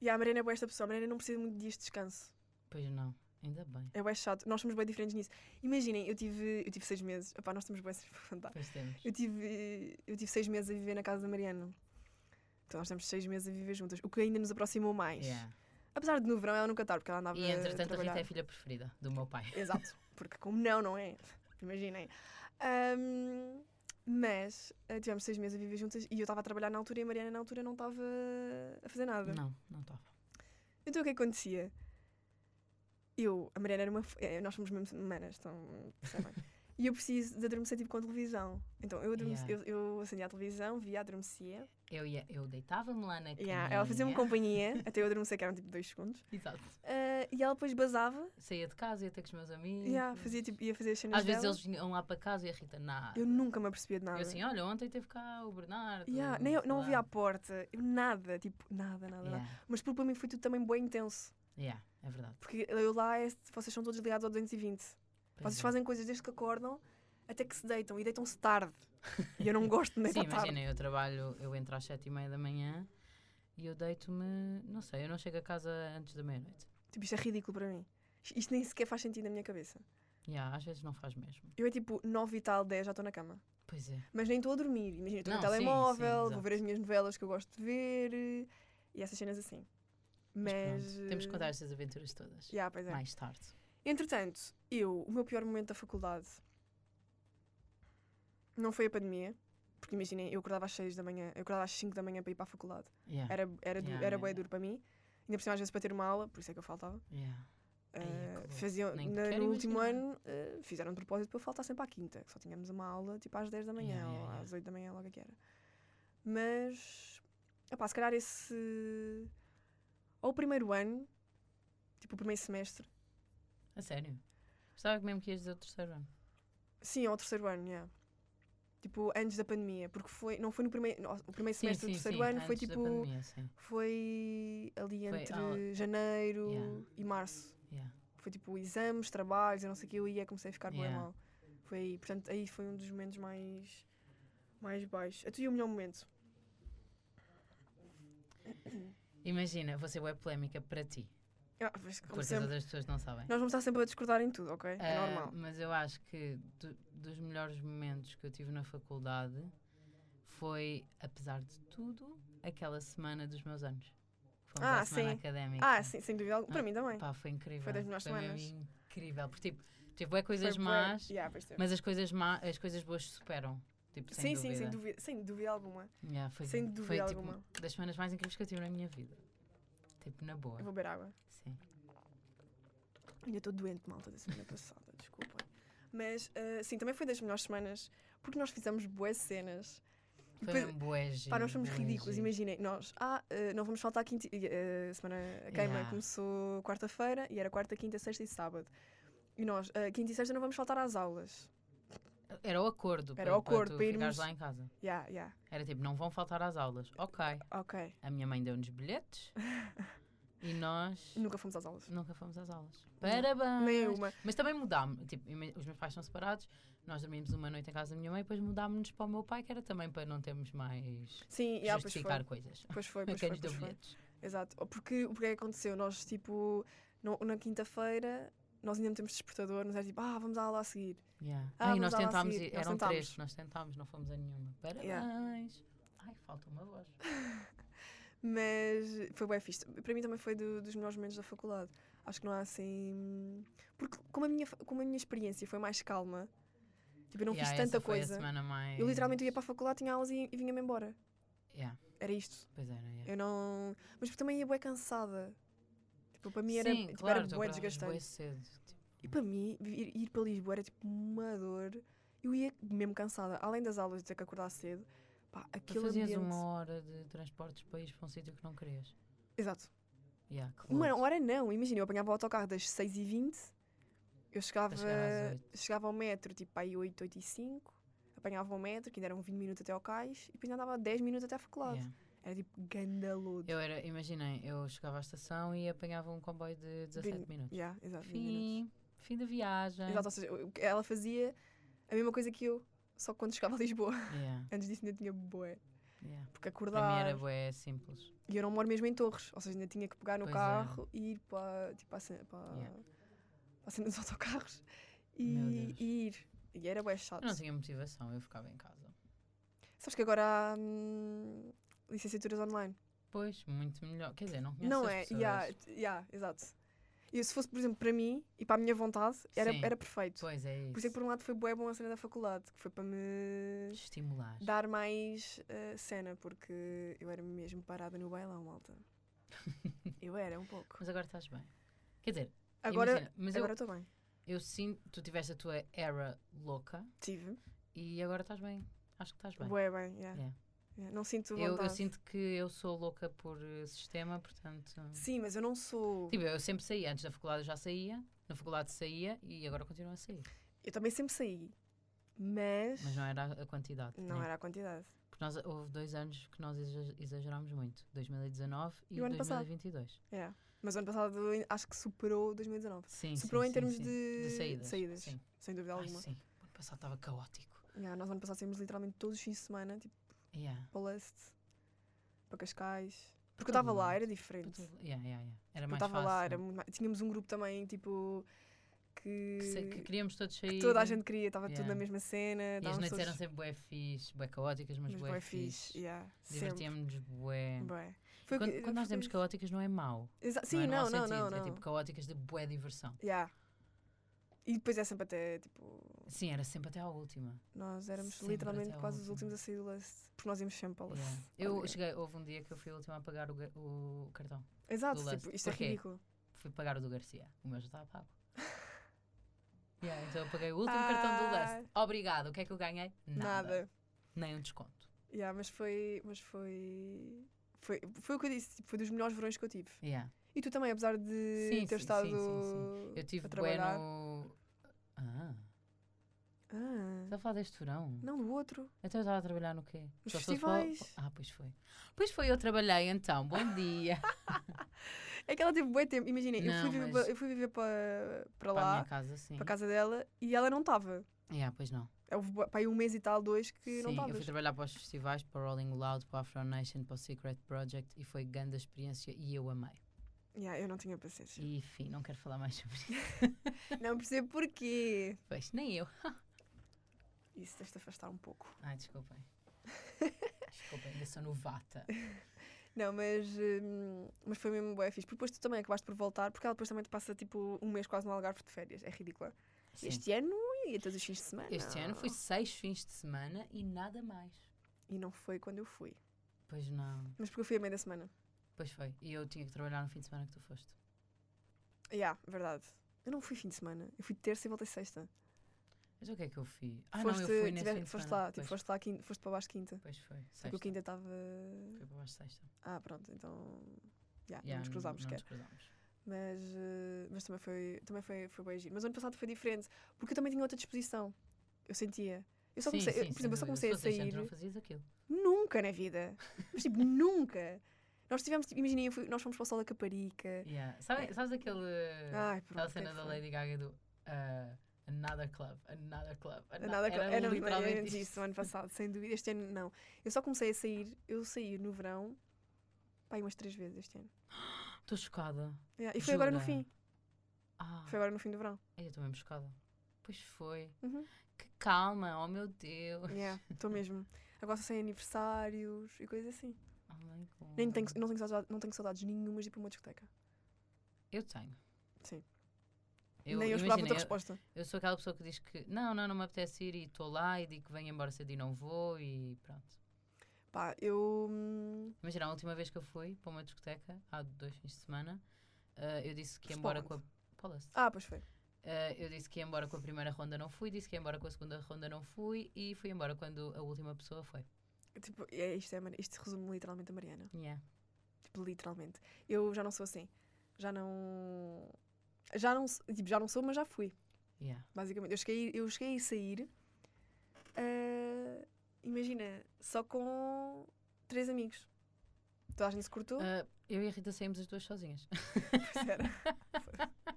E a Mariana é boa esta pessoa, a Mariana não precisa muito de dias de descanso.
Pois não, ainda bem.
É bem chato, nós somos bem diferentes nisso. Imaginem, eu tive, eu tive seis meses, opá, nós estamos bem sem levantar.
Pois temos.
Eu tive, eu tive seis meses a viver na casa da Mariana. Então nós estamos seis meses a viver juntas, o que ainda nos aproximou mais.
Yeah.
Apesar de no verão ela nunca estar, porque ela andava
E
a
entretanto a
trabalhar.
Rita é a filha preferida do meu pai.
Exato, porque como não, não é? *laughs* Imaginem. Ahm, mas eh, tivemos seis meses a viver juntas e eu estava a trabalhar na altura e a Mariana na altura não estava a fazer nada.
Não, não estava.
Então o que é que acontecia? Eu, a Mariana era uma. f- eh, Nós somos mesmo manas, então.
*laughs*
percebem? e eu preciso de adormecer tipo com a televisão. Então eu, adormeci,
Yeah.
eu, eu acendia a televisão, via, adormecia.
Eu, ia- eu deitava-me lá na
Yeah, Ela um fazia-me
caminha.
companhia, até eu adormecer, que eram tipo dois segundos.
Exato.
Ah, e ela depois basava,
Saía de casa, ia ter com os meus amigos.
yeah, fazia, tipo, ia fazer as cenas
Às vezes
dela.
eles vinham lá para casa e a Rita, nada.
Eu nunca me apercebia de nada.
Eu assim, olha, ontem teve cá o Bernardo.
Yeah, nem eu- não
sei lá.
havia a porta, eu nada, tipo, nada, nada, nada.
Yeah,
Mas porque para mim foi tudo também bem intenso.
yeah, é verdade.
Porque eu lá, é, vocês são todos ligados ao 220.
Pois
vocês
é.
fazem coisas desde que acordam até que se deitam e deitam-se tarde. E eu não gosto
*laughs*
de me
Sim,
deitar tarde.
imagina, eu trabalho, eu entro às sete e meia da manhã e eu deito-me, não sei, eu não chego a casa antes da meia-noite.
Tipo, isto é ridículo para mim. Isto- Isto nem sequer faz sentido na minha cabeça.
Yeah, às vezes não faz mesmo.
Eu é tipo 9 e tal, 10 já estou na cama.
Pois é.
Mas nem estou a dormir. Imagina, estou no
Não, sim, sim,
telemóvel, vou
exato.
ver as minhas novelas que eu gosto de ver eh, e essas cenas assim.
Mas,
Mas.
pronto, temos que
eh,
contar estas aventuras todas.
yeah, pois é.
Mais tarde.
Entretanto, eu, o meu pior momento da faculdade não foi a pandemia, porque imaginem, eu acordava às 6 da manhã, eu acordava às 5 da manhã para ir para a faculdade.
Yeah,
Era, era, du- era
Yeah, yeah,
bué
yeah.
duro para mim, ainda por cima às vezes para ter uma aula, por isso é que eu faltava.
yeah. Ai, é
Ah,
que
faziam,
nem
na-
quero
no último
imaginar.
ano ah, fizeram um propósito para eu faltar sempre à quinta, que só tínhamos uma aula tipo às 10 da manhã
Yeah,
ou
yeah, yeah.
às 8 da manhã, logo que era. Mas, opá, se calhar esse. Ou o primeiro ano, tipo o primeiro semestre,
A sério. Pensava que mesmo que ias dizer o terceiro ano.
Sim, ao terceiro ano, yeah. Tipo, antes da pandemia, porque foi, não foi no primeiro, no- o primeiro semestre do terceiro ano foi
antes da
tipo,
pandemia, sim.
foi ali
Foi
entre
ao-
janeiro
Yeah.
e março.
Yeah.
Foi tipo exames, trabalhos, eu não sei o que, eu ia comecei a ficar bem
Yeah.
mal. Foi aí, portanto, aí foi um dos momentos mais, mais baixos. A tu e o melhor momento.
Imagina, vou ser web polémica para ti.
Ah, mas como
Porque as
sempre,
outras pessoas não sabem.
nós vamos estar sempre a discordar em tudo, ok? É
Ah,
normal.
Mas eu acho que do- dos melhores momentos que eu tive na faculdade foi, apesar de tudo, aquela semana dos meus anos. Foi
Ah,
uma semana
sim.
académica.
Ah, sim, sem dúvida alguma. Para
Ah,
mim também.
Pá, foi incrível.
Foi das melhores
mesmo
semanas.
incrível. Porque, tipo, teve
Foi
bué coisas
bué-
más,
Yeah, pois teve.
mas as coisas, má, as coisas boas superam. Tipo, sem
sim,
dúvida.
sim, sem dúvida, sem dúvida alguma.
Yeah, foi,
sem
foi,
dúvida
tipo,
alguma.
das semanas mais incríveis que eu tive na minha vida. Tipo, na boa.
Eu vou beber água.
Sim.
Ainda estou doente, malta, da semana passada, desculpem. Mas, ah, sim, também foi das melhores semanas, porque nós fizemos boas cenas. E
Foi
depois,
um bué giro,
pá, nós somos
bué
ridículos,
giro.
imaginem, nós, ah, ah, não vamos faltar quinta, e, ah, semana, a queima
Yeah.
começou quarta-feira, e era quarta, quinta, sexta e sábado. E nós, ah, quinta e sexta não vamos faltar às aulas.
Era o acordo.
Era o acordo
para, tu
para
ficares
irmos-
lá em casa.
Yeah, yeah,
Era tipo, não vão faltar às aulas. Ok.
ok.
A minha mãe deu-nos
*laughs*
bilhetes e nós
Nunca fomos às aulas.
nunca fomos às aulas. Parabéns!
Nem uma.
Mas também mudámos. Tipo, ima- os meus pais são separados. Nós dormimos uma noite em casa da minha mãe e depois mudámos-nos para o meu pai, que era também para não termos mais
Sim, yeah, ah, pois foi.
justificar coisas.
Pois
*laughs*
foi,
Quem
pois foi,
nos deu
pois foi.
bilhetes.
Exato. Oh, Porque o que é que aconteceu? Nós, tipo, no- na quinta-feira, nós ainda não temos despertador, nós era tipo, ah, vamos à aula a seguir.
Yeah.
Ah,
Ah, e
vamos
nós
lá lá
tentámos,
seguir.
ir-
Nós
eram
tentámos.
três, nós tentámos, não fomos a nenhuma. Parabéns!
Yeah.
Ai, falta uma voz.
Mas foi bem fixe. Para mim também foi do- dos melhores momentos da faculdade. Acho que não há assim. Porque como a minha, fa- como a minha experiência foi mais calma, tipo, eu não
Yeah,
fiz
essa
tanta
foi a
coisa.
semana mais...
Eu literalmente ia para a faculdade, tinha aulas e, e vinha-me embora.
Yeah,
Era isto.
pois era, yeah.
Eu não. Mas porque também ia bem cansada. Tipo, para mim era,
Sim,
tipo,
claro,
era
tu
bué
acordavas bué
desgastante.
cedo. Tipo,
E para mim, ir, ir para Lisboa era tipo uma dor. Eu ia mesmo cansada, além das aulas de ter que acordar cedo. Pá,
Tu
aquele
fazias
ambiente...
uma hora de transportes para ir para um sítio que não querias.
Exato.
Yeah, que
Uma
louco.
hora não, imagina, eu apanhava o autocarro das 6h20, eu chegava,
chegar às oito.
chegava ao metro tipo aí 8, 8 e 5, apanhava o metro, que ainda eram 20 minutos até ao cais, e depois andava 10 minutos até a faculdade.
Yeah.
Era tipo gandalodo.
Eu era, imaginem, eu chegava à estação e apanhava um comboio de 17
Vinte-
minutos.
Yeah, exato, 20 minutos.
Fim, fim da viagem.
Exato, ou seja, eu- eu- ela fazia a mesma coisa que eu, só que quando chegava a Lisboa. *laughs*
Yeah,
Antes disso ainda tinha boé,
yeah.
porque
Para mim era
acordar.
bué simples.
E eu não moro mesmo em Torres, ou seja, ainda tinha que pegar no
Pois é.
carro e ir para, tipo, para, a cena- para,
Yeah.
para a cena dos *laughs* autocarros
Meu
e,
Deus.
e ir. E era bem chato.
Eu não tinha motivação, eu ficava em casa.
Sabes que agora há hum, licenciaturas online.
Pois, muito melhor. Quer dizer, não conheço
não
as
é?
pessoas.
Yeah, yeah, exato. E se fosse, por exemplo, para mim e para a minha vontade, era,
Sim.
era perfeito.
Pois é isso.
Por isso é que, por um lado, foi bué bom a cena da faculdade, que foi para me
Estimular.
dar mais eh, cena, porque eu era mesmo parada no bailão,
*laughs*
malta. eu era um pouco.
Mas agora estás bem. Quer dizer,
Agora
imagina, mas eu-
agora estou bem.
eu, sinto, tu tiveste a tua era louca
Tive.
e agora estás bem. Acho que estás bem.
Bué bem, yeah.
Yeah.
Yeah, Não sinto
Eu,
vontade.
eu sinto que eu sou louca por eh, sistema, portanto.
Sim, mas eu não sou...
Tipo, eu sempre saía. Antes da faculdade eu já saía, na faculdade saía e agora continuo a sair.
Eu também sempre saí, mas...
Mas não era a quantidade.
não
né?
era a quantidade.
Porque nós, houve dois anos que nós exa- exagerámos muito: 2019 e,
E o ano passado?
2022.
Yeah. Mas o ano passado acho que superou 2019.
Sim,
superou
sim,
em
sim,
termos
sim.
de...
saídas. Sim.
sem dúvida
Ai,
alguma.
sim. O ano passado estava caótico.
Yeah, nós no ano passado saímos literalmente todos os fins de semana, tipo,
Yeah.
para Leste, para Cascais. Porque eu
todo
estava lá,
lado.
era
Puto-
diferente.
Yeah, yeah, yeah. Era
Eu
mais
estava
fácil.
Tipo, lá, era muito mais... Tínhamos um grupo também, tipo, que...
que, se- que queríamos todos sair.
que toda a gente queria, estava tudo na
Yeah.
mesma cena.
E as
estávamos
noites
todos-
eram sempre bué fixe, bué caóticas, mas,
Mas
bué,
bué
fixe.
fixe. Yeah, sempre.
Divertíamos-nos bué.
Bué. Foi o
Quando,
que-
quando
foi-
nós dizemos caóticas não é mau.
Exa- Sim, não,
não, é no mau
não,
sentido,
não.
É tipo
não.
caóticas de bué diversão.
Yeah. E depois é sempre até, tipo,
Sim, era sempre até à última.
nós éramos
Sempre
literalmente
até ao
quase os
último.
últimos a sair do leste. Porque nós íamos sempre ao leste.
Yeah. Eu
Olha.
cheguei, houve um dia que eu fui a última a pagar o, ga- o cartão.
Exato,
do
tipo,
leste.
isto é
Porquê?
ridículo.
Fui pagar o do Garcia. O meu já
*laughs*
estava pago. Yeah, então eu paguei o último cartão do
Ah.
Leste. Obrigado. O que é que eu ganhei? Nada.
Nada.
Nem um desconto.
Yeah, mas foi. Mas foi. Foi, foi o que eu disse, tipo, foi dos melhores verões que eu tive.
Yeah.
E tu também, apesar de
Sim, sim, sim,
ter estado
sim, Eu tive
a
bué
trabalhar.
no. Ah,
Ah,
estás a falar deste verão?
não do outro.
Então eu estava a trabalhar no quê?
Nos
se fosse para o-
festivais.
Ah, pois foi. Pois foi, eu trabalhei então.
*laughs*
Bom dia.
É que ela teve bem tempo. Imagina, eu
Não,
fui viver,
mas-
pa- eu fui viver para, para
para a
lá,
minha casa, sim.
para a casa dela, e ela não estava.
Yeah, pois não.
Houve bué- pá, aí um mês e tal, dois, que não
sim,
estava.
eu fui trabalhar para os festivais, para o Rolling Loud, para a Afro Nation, para o Secret Project e foi grande a experiência e eu amei.
Yeah, eu não tinha paciência.
E enfim, não quero falar mais sobre isso.
Não percebo porquê.
Pois, nem eu.
Isso, tens de afastar um pouco. *laughs*
Ai, desculpem. Desculpem, ainda sou novata.
Não, mas, hum, mas foi mesmo bué fixe. Porque depois tu também acabaste por voltar, porque ela depois também te passa tipo um mês quase no Algarve de férias. É ridícula.
Sim.
Este ano ia todos os fins de semana.
este ano foi seis fins de semana e nada mais.
E não foi quando eu fui.
Pois não.
Mas porque eu fui a meio da semana.
Pois foi. E eu tinha que trabalhar no fim de semana que tu foste.
Ya, verdade. Eu não fui fim de semana. Eu fui terça e voltei sexta.
Mas o que é que eu fiz? Ah, não, eu fui nesse
tive-
fim de
foste
semana.
lá, tipo,
pois,
foste lá, quinta, foste Tipo, para baixo quinta.
pois foi.
Porque
Sexta.
eu quinta estava.
Foi para baixo sexta.
Ah, pronto, então. Ya,
Yeah,
não nos cruzámos é.
não
sequer.
nos cruzámos.
Mas, eh, mas também foi, também foi, foi bem giro. Mas o ano passado foi diferente, porque eu também tinha outra disposição. Eu sentia. Eu só
Sim,
comecei, eu-
sim,
por
sem
exemplo, eu só
dúvida.
comecei a
Se fosse este ano,
sair
Tu não fazias aquilo.
nunca na vida. Mas tipo, *laughs* nunca. Nós tivemos, tipo, imaginem, eu fui- nós fomos para o Sol da Caparica.
Yeah. Sabe,
É.
Sabes aquele,
Ai, pronto.
aquela
o que é
cena
que
da
foi?
Lady Gaga do ah, Another Club, Another Club, ano-
Nada co- era literalmente
literalmente
isso.
isto.
no
*laughs*
ano passado, sem dúvida. Este ano não. Eu só comecei a sair, eu saí no verão, pá, aí umas três vezes este ano. é?
Estou chocada.
Yeah, E foi agora no
Jura?
fim.
é? Ah,
Foi agora no fim do verão.
eu estou mesmo chocada. Pois foi.
Uhum.
Que calma, oh meu Deus.
Yeah, Estou mesmo. Agora só sem aniversários e coisas assim.
Oh my God.
Nem tenho, não, tenho saudades, não tenho saudades nenhumas de ir para uma discoteca.
Eu tenho.
Sim.
Eu,
Nem eu
imagina,
esperava a tua
eu-
resposta.
Eu sou aquela pessoa que diz que não, não, não me apetece ir e estou lá e digo que venho embora cedo e não vou e pronto.
Pá, eu. hum,
Imagina, a última vez que eu fui para uma discoteca, há dois fins de semana, ah, eu disse que ia
Foste
embora
para
com a Paula.
Ah, pois foi.
Eh, eu disse que ia embora com a primeira ronda, não fui. Disse que ia embora com a segunda ronda, não fui. E fui embora quando a última pessoa foi.
Tipo, é, isto, é, Mari- isto resume literalmente a Mariana.
Yeah.
Tipo, literalmente. Eu já não sou assim. Já não. Já não, s- tipo, já não sou, mas já fui,
Yeah.
basicamente. Eu cheguei, eu cheguei a sair. ah, imagina, só com três amigos. Toda a gente se cortou. *laughs*
Ah, eu e a Rita saímos as duas sozinhas. *laughs*
Pois era.
e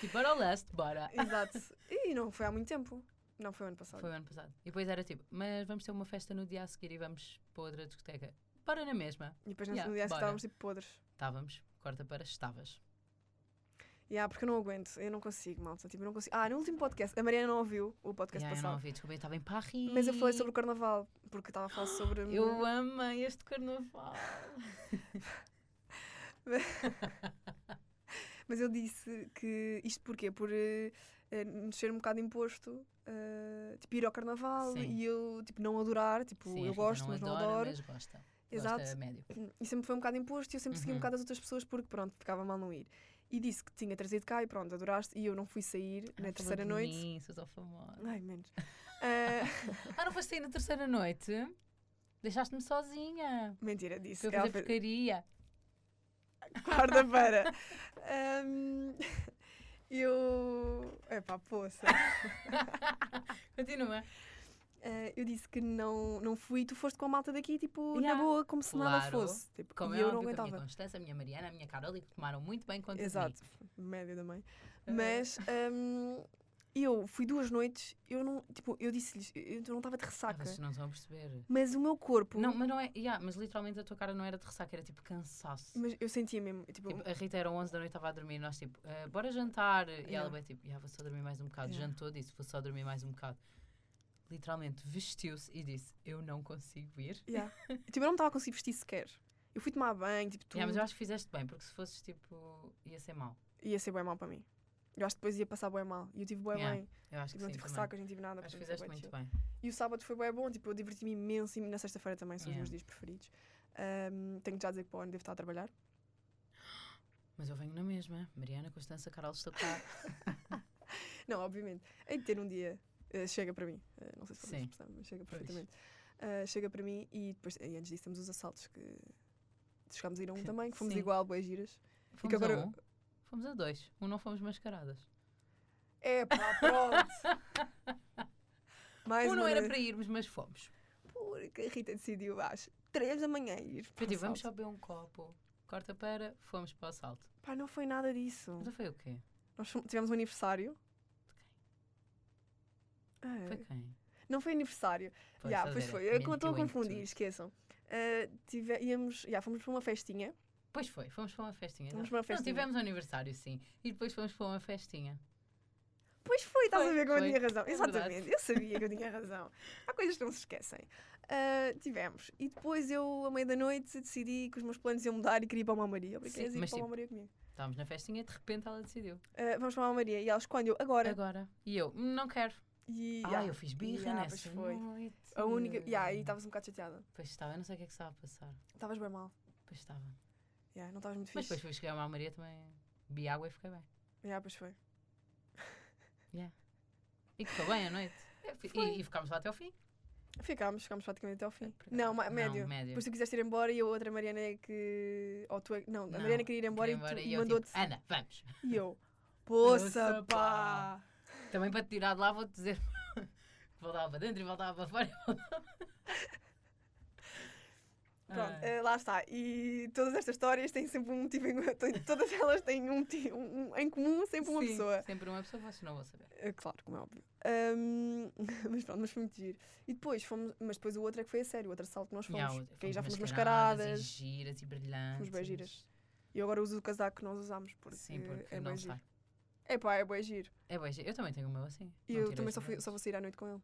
Tipo, bora ao last, bora.
*laughs* Exato. E não foi há muito tempo. Não foi o ano passado.
Foi o ano passado. E depois era tipo, mas vamos ter uma festa no dia a seguir e vamos para outra discoteca. Para na mesma.
E depois no
Yeah,
segundo dia a seguir
bora.
estávamos tipo podres.
Estávamos. Corta para estavas.
Yeah, porque eu não aguento, eu não consigo, malta. Tipo, eu não consigo. Ah, no último podcast, a Mariana não ouviu o podcast
Yeah, eu não
passado.
ouvi, desculpa, eu estava em Paris.
Mas eu falei sobre o carnaval, porque estava a falar
*gasps*
sobre.
Eu amei este carnaval.
Mas eu disse que isto porquê? Por eh, eh, nos ser um bocado imposto, eh, tipo, ir ao carnaval
Sim.
e eu, tipo, não adorar, tipo,
Sim, a
eu
Rita
gosto, mas não
adora,
adoro.
Mas gosta.
Exato.
Gosta médio.
E sempre foi um bocado imposto e eu sempre segui um
Uhum.
bocado as outras pessoas porque, pronto, ficava mal não ir. E disse que tinha trazido cá e pronto, adoraste e eu não fui sair na
Ah, falou
terceira
de
noite.
Mim, sou tão famosa.
Ai, menos. *laughs* Ah,
Ah, não foste sair na terceira noite? Deixaste-me sozinha.
mentira, disse.
Para eu
Ela
fazer
fez-
porcaria.
Quarta-feira. Ahm, eu. Epá, poça.
Continua.
Ah, eu disse que não, não fui e tu foste com a malta daqui, tipo,
Yeah.
na boa, como se nada
Claro.
fosse. Tipo,
Como
e
é
eu não
óbvio, com a minha
aguentava.
Constância, a minha Mariana, a minha Carol, que tomaram muito bem conta É. de mim.
Exato, média da mãe. Mas ahm, eu fui duas noites, eu não. Tipo, eu disse-lhes, eu não estava de
Ah,
ressaca.
Vocês não estão a perceber.
Mas o meu corpo.
Não, mas não é. yeah, mas literalmente a tua cara não era de ressaca, era tipo cansaço.
Mas eu sentia mesmo, tipo,
Tipo, a Rita era 11 da noite, estava a dormir, e nós tipo, "Ah, bora jantar. E ela
Yeah.
bem tipo, "Yeah, vou só dormir mais um bocado.
Yeah.
Jantou, disse, vou só dormir mais um bocado. Literalmente vestiu-se e disse, eu não consigo ir.
yeah.
*laughs*
tipo, eu não estava a conseguir vestir sequer. Eu fui tomar banho, tipo, tudo.
Yeah, mas eu acho que fizeste bem, porque se fosses tipo, ia ser mal.
ia ser bem mal para mim. Eu acho que depois ia passar bem mal. E eu tive bem
Yeah,
bem.
Eu acho
Tipo,
que
não
sim.
tive
também.
ressaca, não tive nada.
acho que
portanto, foi
fizeste
bué
muito
chill.
bem.
E o sábado foi bem bom, tipo, eu diverti-me imenso. E na sexta-feira também são os meus dias
Yeah.
preferidos. Ahm, tenho que já dizer que para o ano devo estar a trabalhar.
Mas eu venho na mesma. Mariana, Constança, Carol, estou
*laughs*
cá.
Não, obviamente. Hei de ter um dia. eh, chega para mim. Eh, não sei se vocês
Sim.
percebem, mas chega
Pois.
perfeitamente. Ah, chega para mim e depois, e antes disso, temos os assaltos que. Chegámos a ir a
*laughs*
um
Que-
também, que fomos
sim.
igual, boas giras.
Fomos
agora-
a um, fomos a dois. Um não fomos mascaradas.
É pá, pronto!
*laughs*
Mais
um não
uma
era
vez.
para irmos, mas fomos.
Porque a Rita decidiu às 3 da manhã ir.
Foi
para o
tipo, vamos
assalto.
só beber um copo. Corta para, fomos para o assalto.
Pá, não foi nada disso.
Mas foi o quê?
Nós fomos- tivemos um aniversário. Ah,
Foi quem?
não foi aniversário.
Pois,
Já,
estás a
pois
ver,
foi. Eu
mentiu
estou a
em
confundir,
tudo.
esqueçam. Ah, tive, íamos, já, fomos para uma festinha.
Pois foi, fomos para uma festinha.
Fomos
não?
para uma
Não,
festinha.
tivemos um aniversário, sim. E depois fomos para uma festinha.
Pois foi, estás
Foi,
a ver como
foi.
eu tinha razão.
É verdade.
Exatamente, eu sabia que eu tinha razão. Há coisas que não se esquecem. Ah, tivemos. E depois eu, à meia da noite, decidi que os meus planos iam mudar e queria ir para uma Maria. Eu
Sim,
queria ir para
mas
uma
tipo-
Maria comigo.
Estávamos na festinha e de repente ela decidiu.
Ah, vamos para uma Maria. E elas, quando eu, agora.
Agora. E eu, "Hum, não quero.
E,
Ah,
já,
eu fiz birra
yeah,
nessa
pois foi.
noite.
A única. Yeah, e estavas um bocado chateada.
Pois estava, eu não sei o que é que estava a passar.
Estavas bem mal.
Pois estava.
Yeah, não estavas muito
Mas
fixe.
depois fui chegar à Maria também. Bi água e fiquei bem.
Yeah, pois foi.
E ficou bem à noite. E-
É, Foi.
E, e ficámos lá até ao fim.
Ficámos, ficámos praticamente até ao fim.
Por acaso.
Não, ma- médio.
É, Não, médio.
Depois tu quiseste ir embora e a outra Mariana é que. Ou tu é... Não, a
Não,
Mariana queria ir embora,
Queria ir
e tu
eu,
mandou-te.
tipo, Ana, vamos.
E
*laughs*
eu. Poça
Poça, pá."
pá!
Também para te tirar de lá vou-te dizer *laughs* que voltava para dentro e voltava para fora. e voltava-
Pronto,
Ah,
eh, lá está. E todas estas histórias têm sempre um motivo em *laughs* têm- Todas elas têm um motivo um- um- em comum, sempre uma
sim,
pessoa.
Sempre uma pessoa, vocês não vão saber.
Eh, Claro, como é óbvio. Ahm, *laughs* mas pronto, mas foi muito giro. E depois fomos. Mas depois o outro é que foi a sério, o outro assalto que nós fomos.
Yeah,
que aí já fomos
E
mascaradas.
giras e brilhantes.
Fomos bem giras. E eu agora uso o casaco que nós usámos, porque,
Sim, porque
é
não
bem
sai.
giro. É pá, é bem giro.
É bem giro. Eu também tenho o meu assim.
E
Não
eu
tirei
também
esse
só, fui-
bem.
só vou sair à noite com ele.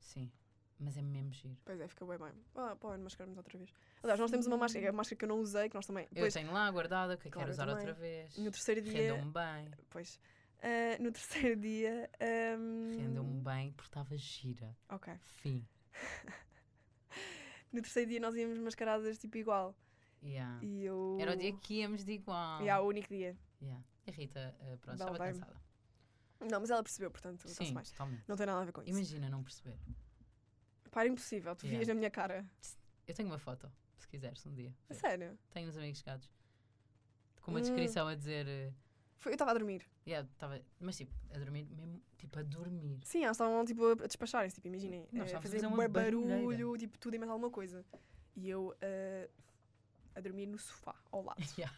Sim, mas é mesmo giro.
Pois é, fica bem bem. Ah, pá, mascaramos outra vez. Aliás, nós temos uma máscara, a máscara que eu não usei, que nós também.
Eu
Depois,
tenho lá guardada, que
Claro,
quero
eu
usar outra
também.
vez.
no terceiro dia.
Rendam-me bem.
Pois. Ah, no terceiro dia. ahm,
Rendam-me bem porque estava gira.
Ok.
Fim.
No terceiro dia nós íamos mascaradas tipo igual.
Yeah.
E eu.
Era o dia que íamos de igual.
Yeah, o único dia.
Yeah. E a Rita, eh, pronto,
Dá o
estava
vibe.
cansada.
Não, mas ela percebeu, portanto, está-se
Sim,
mais.
totalmente.
Não tem nada a ver com isso.
Imagina não perceber.
Pá, era impossível, tu
Yeah.
vias na minha cara.
Eu tenho uma foto, se quiseres, um dia.
A sério.
Tenho uns amigos gatos. Com uma
Hum.
descrição a dizer. eh,
Foi- eu estava a dormir.
yeah, tava, mas tipo, a dormir, mesmo, tipo, a dormir.
Sim, elas estavam tipo, a despacharem-se, tipo, imaginem. eh,
Nós estávamos a
fazer
fazer uma
bué barulho,
barulheira.
tipo, tudo e mais alguma coisa. E eu eh, a dormir no sofá, ao lado,
*laughs* Yeah.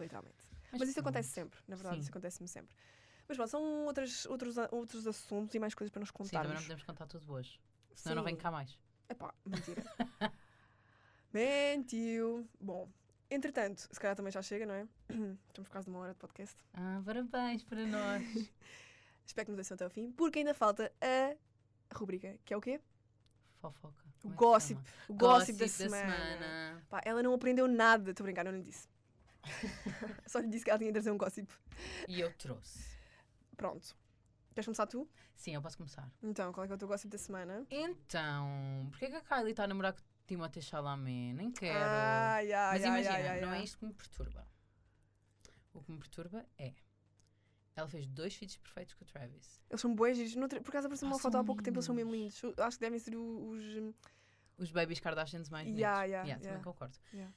literalmente. Mas isso
pronto.
acontece sempre, na verdade,
Sim.
isso acontece-me sempre. Mas bom, são outras, outros, a- outros assuntos e mais coisas para nos
Sim, também
contarmos.
não podemos contar tudo hoje. Senão eu não
Sim.
venho cá mais.
Epá, mentira.
*laughs*
Mentiu. Bom, entretanto, se calhar também já chega, não é? *clears throat* Estamos quase numa hora de podcast.
Ah, parabéns para nós.
*laughs* Espero que nos deixem até ao fim, porque ainda falta a rubrica, que é o quê?
Fofoca.
O
como é que se
gossip.
chama?
O gossip, da,
Gossip
semana. Pá, ela não aprendeu nada, estou a brincar, não lhe
*laughs*
disse. Só lhe disse que ela tinha de trazer um gossip.
E eu trouxe.
Pronto. Queres começar tu?
Sim, eu posso começar.
Então, qual é que é o teu gossip da semana?
Então, porquê que a Kylie está a namorar com o Timothée Chalamet? Nem quero.
Ah, yeah,
Mas
yeah,
imagina,
yeah, yeah,
não é
yeah.
isto que me perturba. O que me perturba é. Ela fez dois filhos perfeitos com o Travis.
Eles são boas giros. Noutra- Por acaso apareceu
Pá,
uma
são
foto há pouco tempo, eles são mesmo
lindos.
lindos. Eu Acho que devem ser o- os. hum,
Os babies Kardashians mais bonitos.
Yeah, yeah, yeah.
Também concordo.
Yeah.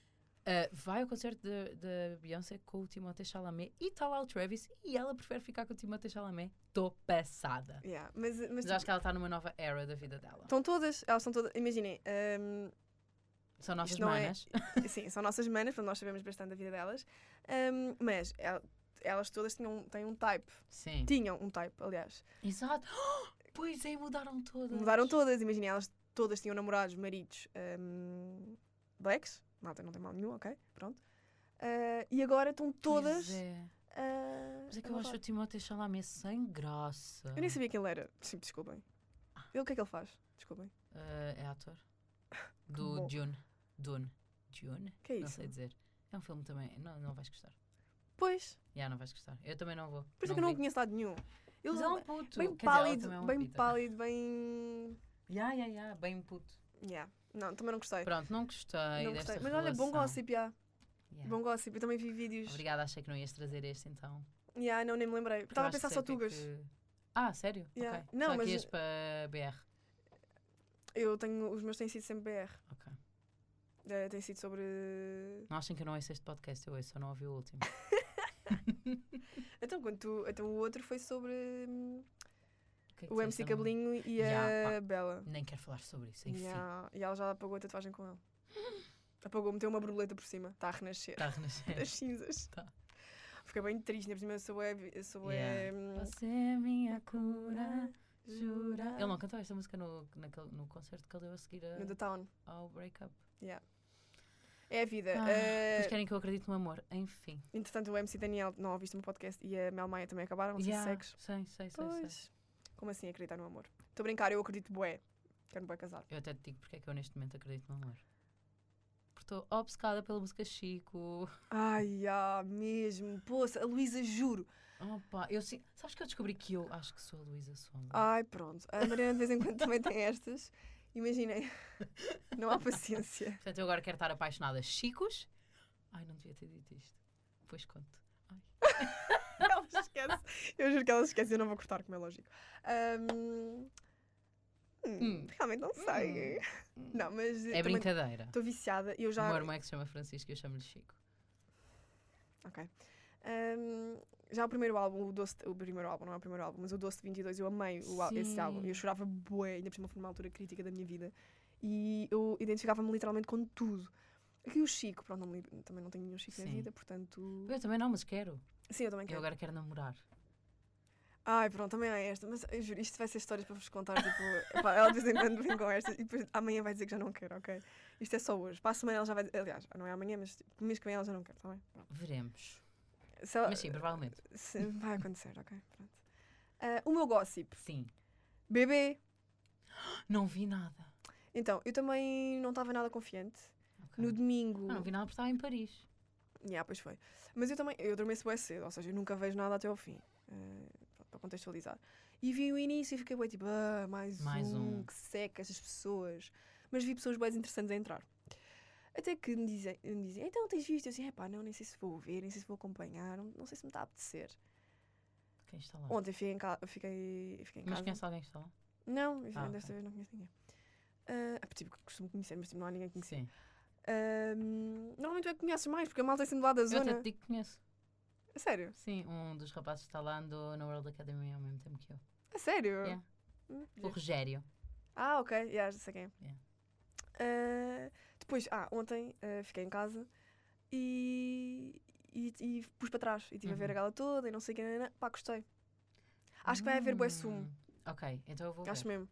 Ah, vai ao concerto da- da Beyoncé com o Timothée Chalamet e está lá o Travis e ela prefere ficar com o Timothée Chalamet. Tô passada.
Yeah. Mas, mas,
Mas
tipo,
acho que ela está numa nova era da vida dela.
estão todas, elas são todas. Imaginem, hum,
São nossas
Isto não é-
manas.
*laughs* Sim, são nossas manas, portanto nós sabemos bastante da vida delas. Ahm, mas el- elas todas tinham, têm um type.
Sim.
Tinham um type, aliás.
Exato. *gasps* Pois é, mudaram todas.
Mudaram todas, imaginem, elas todas tinham namorados, maridos, ahm, blacks. Malta, não tem mal nenhum, ok? Pronto. Ah, e agora estão
Pois
todas.
é.
ah,
Mas é que
a
eu
voltar.
acho o Timothée Chalamet sem graça.
Eu nem sabia quem ele era. Sim, desculpem. Ele, o que é que ele faz? Desculpem.
Ah,
*laughs*
é ator.
bom.
Do Dune. Dune. Dune?
Que é
Não
isso?
sei dizer. É um filme também. Não, não vais gostar.
Pois,
Já, não vais gostar. Eu também não vou.
por isso é que eu não o
vi.
conheço lado nenhum. Ele
Mas é um puto.
bem
Quer dizer, ela
pálido,
também é uma
bem
pita.
pálido, bem.
Ya, ya, ya, Bem puto.
Yeah. Não, também não gostei.
Pronto, não gostei
Não
desta
gostei. Mas olha, bom
relação.
gossip, yeah.
Ya.
bom gossip. Eu também vi vídeos.
Obrigada, achei que não ias trazer este então.
Yeah, não, nem me lembrei.
Porque eu
Estava a
acho que
pensar só
sempre
tugas.
que- Ah, sério?
Ya.
Ok.
Não,
Só
mas-
que ias para BR.
Eu tenho, os meus têm sido sempre BR.
Ok.
Eh, tem sido sobre.
Não achem que eu não ouço este podcast, eu ouço, só não ouvi o último.
Então, quando tu, então o outro foi sobre hum,
O que é que
o MC
disseste? Eu não-
Cabelinho e a
Yeah, pá.
Bela.
Nem quero falar sobre isso, enfim.
Yeah, E ela já apagou a tatuagem
*laughs*
com ele. Apagou, meteu uma borboleta por cima. Está a renascer. *laughs*
Está Tá a renascer.
Das cinzas.
Tá.
Fiquei bem triste, na primeira sou é. Sou é
Yeah.
hum,
Você é minha cura, jura. Ele não cantou esta música no, naquele, no concerto que ele deu a seguir a-
No The Town.
ao breakup.
É a vida.
Ah,
Eh,
Mas querem que eu acredite no amor, enfim.
entretanto, o MC Daniel, não ouviste no podcast, e a Mel Maia também acabaram, não sei se
Yeah,
segues.
Sei, sei, sei, sei.
Pois. Como assim acreditar no amor? Estou a brincar, eu acredito bué. Quero-me bué casar.
Eu até te digo porque é que eu neste momento acredito no amor. Porque estou obcecada pela música Chico.
Ai, ah, mesmo. Poça, a Luísa, juro.
Opa, eu sim. Sabes que eu descobri que eu acho que sou a Luísa Sonda.
Ai, pronto. A Mariana de vez em quando também tem estas. Imaginem. *laughs* Não há paciência.
Portanto, eu agora quero estar apaixonada. Chicos? Ai, não devia ter dito isto. Depois conto.
*laughs* Ela esquece. Eu juro que ela esquece. Eu não vou cortar, como é lógico. Ahm, hum,
Hum.
Realmente não sei.
Hum.
Não, mas
É brincadeira.
estou viciada. e Eu
O
já.
meu irmão é que se chama Francisco e eu chamo-lhe Chico.
Ok. Ahm, já o primeiro álbum, o Doce, o primeiro álbum, não é o primeiro álbum, mas o Doce de 22, eu amei o, al- esse
Sim.
álbum. Eu chorava bué, ainda por cima foi numa altura crítica da minha vida. E eu identificava-me literalmente com tudo. Aqui o Chico, pronto, não me li- também não tenho nenhum Chico na
Sim.
vida, portanto...
Eu também não, mas quero.
Sim, eu também
Eu
quero.
agora quero namorar.
Ai, pronto, também há esta, mas eu juro, isto vai ser histórias para vos contar, tipo... epá, ela de vez em quando vem com esta e depois amanhã vai dizer que já não quer, ok? Isto é só hoje. Para a semana ela já vai... Aliás, não é amanhã, mas tipo, o mês que vem ela já não quer, está bem? Pronto.
Veremos.
Se ela-
Mas sim, provavelmente.
Se- vai acontecer, ok. Pronto. Ah, o meu gossip.
Sim.
Bebê.
Não vi nada.
Então, eu também não estava nada confiante.
Ok.
No domingo.
Ah, não vi nada porque estava em Paris.
Yeah, pois foi. Mas eu também. Eu adormeço bem cedo, ou seja, eu nunca vejo nada até ao fim. Ah, pronto, para contextualizar. E vi o início e fiquei bem tipo, ah, mais,
Mais
um,
um.
que seca estas pessoas. Mas vi pessoas bem interessantes a entrar. Até que me dizem, me dizem, então tens visto? Eu assim, epá, não, nem sei se vou ver, nem sei se vou acompanhar, não, não sei se me está a apetecer.
Quem está lá?
Ontem fiquei em, ca fiquei, fiquei em
Ah. Mas
casa.
conhece alguém que está lá?
Não, eu
Ah, ok.
desta vez não conheço ninguém. Ah, ah, tipo, costumo conhecer, mas tipo, não há ninguém que conhecer.
Sim.
normalmente tu é que conheces mais, porque a malta é sempre lá da
Eu até
zona.
te digo que conheço.
A sério?
Sim, um dos rapazes que está lá andou na World Academy ao mesmo tempo que eu.
A sério?
Yeah.
Hum,
O Rogério.
Ah, ok, yeah, já sei quem é.
Yeah.
Ah, depois, ah, ontem ah, fiquei em casa e, e, e pus para trás e estive a ver a
Uhum.
gala toda e não sei o que, nananã. pá, gostei. Acho que vai haver bué sumo,
Hum, Ok, então eu vou
acho
ver.
mesmo.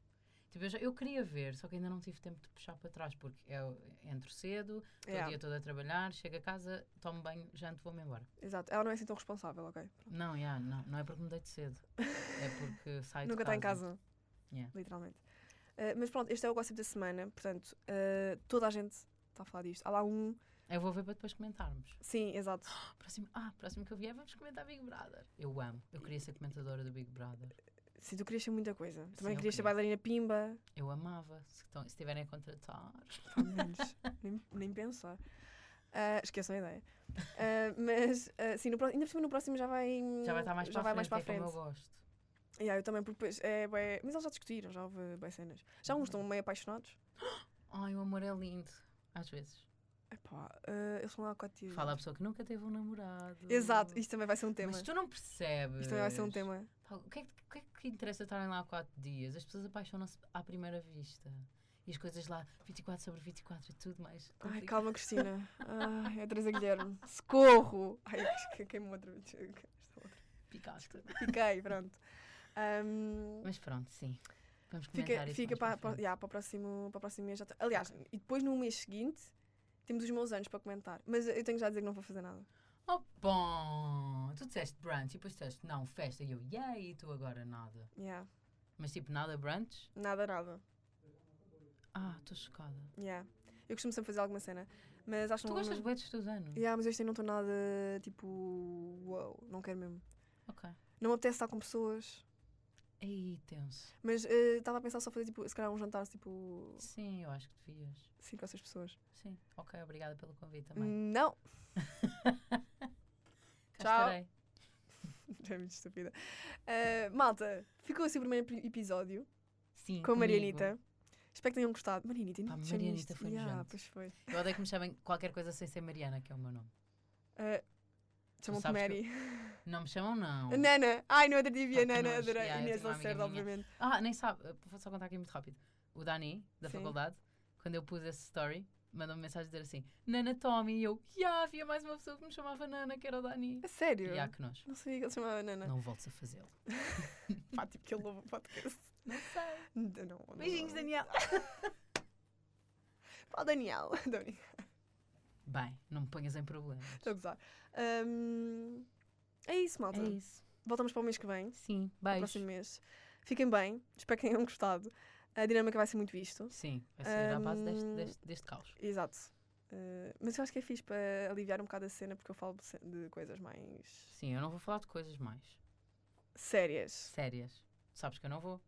Tipo, eu, já- eu queria ver, só que ainda não tive tempo de puxar para trás, porque eu entro cedo, estou
Yeah,
o dia todo a trabalhar, chego a casa, tomo banho, janto, vou-me embora.
Exato, ela não é assim tão responsável, ok?
Não, yeah, não, não é porque me deito cedo, é
*laughs*
porque saio de
Nunca está em casa,
Yeah.
literalmente. Ah, mas pronto, este é o gossip da semana, portanto, ah, toda a gente está a falar disto. Há lá um,
Eu vou ver para depois comentarmos.
sim, exato.
Próximo, ah, próximo que eu vier, vamos comentar Big Brother. Eu amo, eu queria ser comentadora do Big Brother.
Se tu querias ser muita coisa, também
eu
querias ser
queria.
bailarina pimba,
Eu amava, se, estão, se tiverem a contratar. *laughs*
Pelo menos. nem, nem pensar. Ah, esqueçam a ideia. Ah, mas, ah, sim, no, pró- ainda por cima no próximo já vai.
Já vai estar mais
já
para
vai
a frente,
mais para a
é como
frente.
eu gosto.
Yeah, eu também, porque depois é bué- Mas eles já discutiram, já houve bem cenas. Já uns estão meio apaixonados.
Ai, o amor é lindo, às vezes.
Epá, ah, eles estão lá há 4 dias.
Fala a pessoa que nunca teve um namorado.
Exato, isto também vai ser um tema.
Mas tu não percebes.
Isto também vai ser um tema.
Pá, O que, é que, o que é que interessa estarem lá há 4 dias? As pessoas apaixonam-se à primeira vista. E as coisas lá, 24 sobre 24, é tudo mais.
Ai,
complicado.
calma, *laughs* Cristina. Ai, é a Teresa Guilherme. *laughs* Socorro! Ai, acho que queimou outra vez. Esta outra.
Picaste.
Fiquei, pronto. Ahm,
Mas pronto, sim. Vamos
Fica,
comentar isso
fica
mais
para,
para
para,
a frente.
yeah, para, o próximo, para o próximo mês. Já tá- Aliás, e depois no mês seguinte temos os meus anos para comentar. Mas eu tenho já a dizer que não vou fazer nada.
Oh, bom! Tu disseste brunch e depois disseste não, festa. E eu, yay, e tu agora nada.
Yeah.
Mas tipo, nada brunch?
Nada, nada.
Ah, estou chocada.
Yeah. Eu costumo sempre fazer alguma cena. Mas acho que
Tu
não.
gostas bem dos teus anos?
Yeah, mas este ano não estou nada tipo. Uou, não quero mesmo.
Ok. É
Não me apetece estar com pessoas.
Aí, tenso.
Mas eh, estava a pensar só fazer tipo, se calhar um jantar tipo.
Sim, eu acho que devias.
5 ou 6 pessoas.
Sim. Ok, obrigada pelo convite também.
Não!
*laughs* Cá
tchau.
estarei.
é muito estúpida. Eh, malta, ficou assim o primeiro epi- episódio.
Sim,
com a
comigo.
Marianita. Espero que tenham gostado. Marianita, ainda
Pá,
te chamei
Marianita
isto.
foi
Ya,
nojento.
pois foi.
Eu odeio que me chamem qualquer coisa sem ser Mariana, que é o meu nome.
Ah, Chamam-te
sabes que
Mary. *laughs*
Não me chamam, não.
A Nana. Ai, no outro dia vi
Pá,
a
que
Nana.
nojo.
Adorei.
Ya, eu
Inês
tenho uma amiga
Lacerda,
minha.
obviamente.
Ah, nem sabe. eh, Vou só contar aqui muito rápido. O Dani, da
Sim.
faculdade, quando eu pus esse story, mandou-me mensagem dizer assim: Nana Tommy. E eu, já, havia mais uma pessoa que me chamava Nana, que era o Dani.
A sério?
E há que nós.
Não sabia que ele se chamava Nana.
Não voltes a fazê-lo.
*laughs* Pá, tipo que ele ouve o podcast.
Não sei.
Não, não, não.
*laughs* Beijinhos, Daniel.
Pá, Daniel. *laughs* Dani.
Bem, não me ponhas em problemas.
Estou a gozar. Ahm, é isso, malta.
É isso.
Voltamos para o mês que vem.
Sim,
para o
beijo.
próximo mês. Fiquem bem. Espero que tenham *laughs* gostado. A dinâmica vai ser muito visto.
Sim, vai ser à base deste,
Ahm,
deste, deste caos.
Exato. Eh, mas eu acho que é fixe para aliviar um bocado a cena, porque eu falo de ce- de coisas mais
Sim, eu não vou falar de coisas mais
sérias.
sérias. Sabes que eu não vou.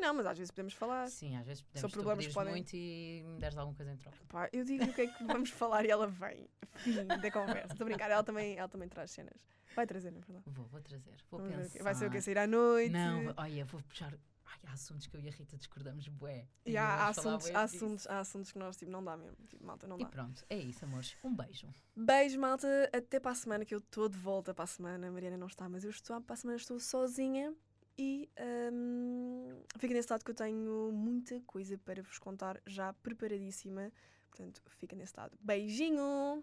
Não, mas às vezes podemos falar.
Sim, às vezes podemos. Tu
Ah. problemas
pedires
podem-
muito e me deres alguma coisa em troca.
Pá, eu digo o que é que vamos *laughs* falar e ela vem. Fim da conversa. Estou a brincar, ela também, ela também traz cenas. Vai trazer, na verdade.
Vou, vou trazer. Vou
Vamos ver o
pensar.
quê. Vai ser o que? Sair à noite?
Não, vou- olha, vou puxar. Ai, há assuntos que eu e a Rita discordamos, bué.
E
E
há, há
vamos falar
assuntos,
bué
há,
disso.
assuntos, há assuntos que nós, tipo, não dá mesmo. Tipo, malta, não
E
dá.
pronto, é isso, amores. Um beijo.
Beijo, malta. Até para a semana, que eu estou de volta para a semana. A Mariana não está, mas eu estou para a semana, estou sozinha. E hum, fiquem nesse lado que eu tenho muita coisa para vos contar já preparadíssima. Portanto, fiquem nesse lado. Beijinho!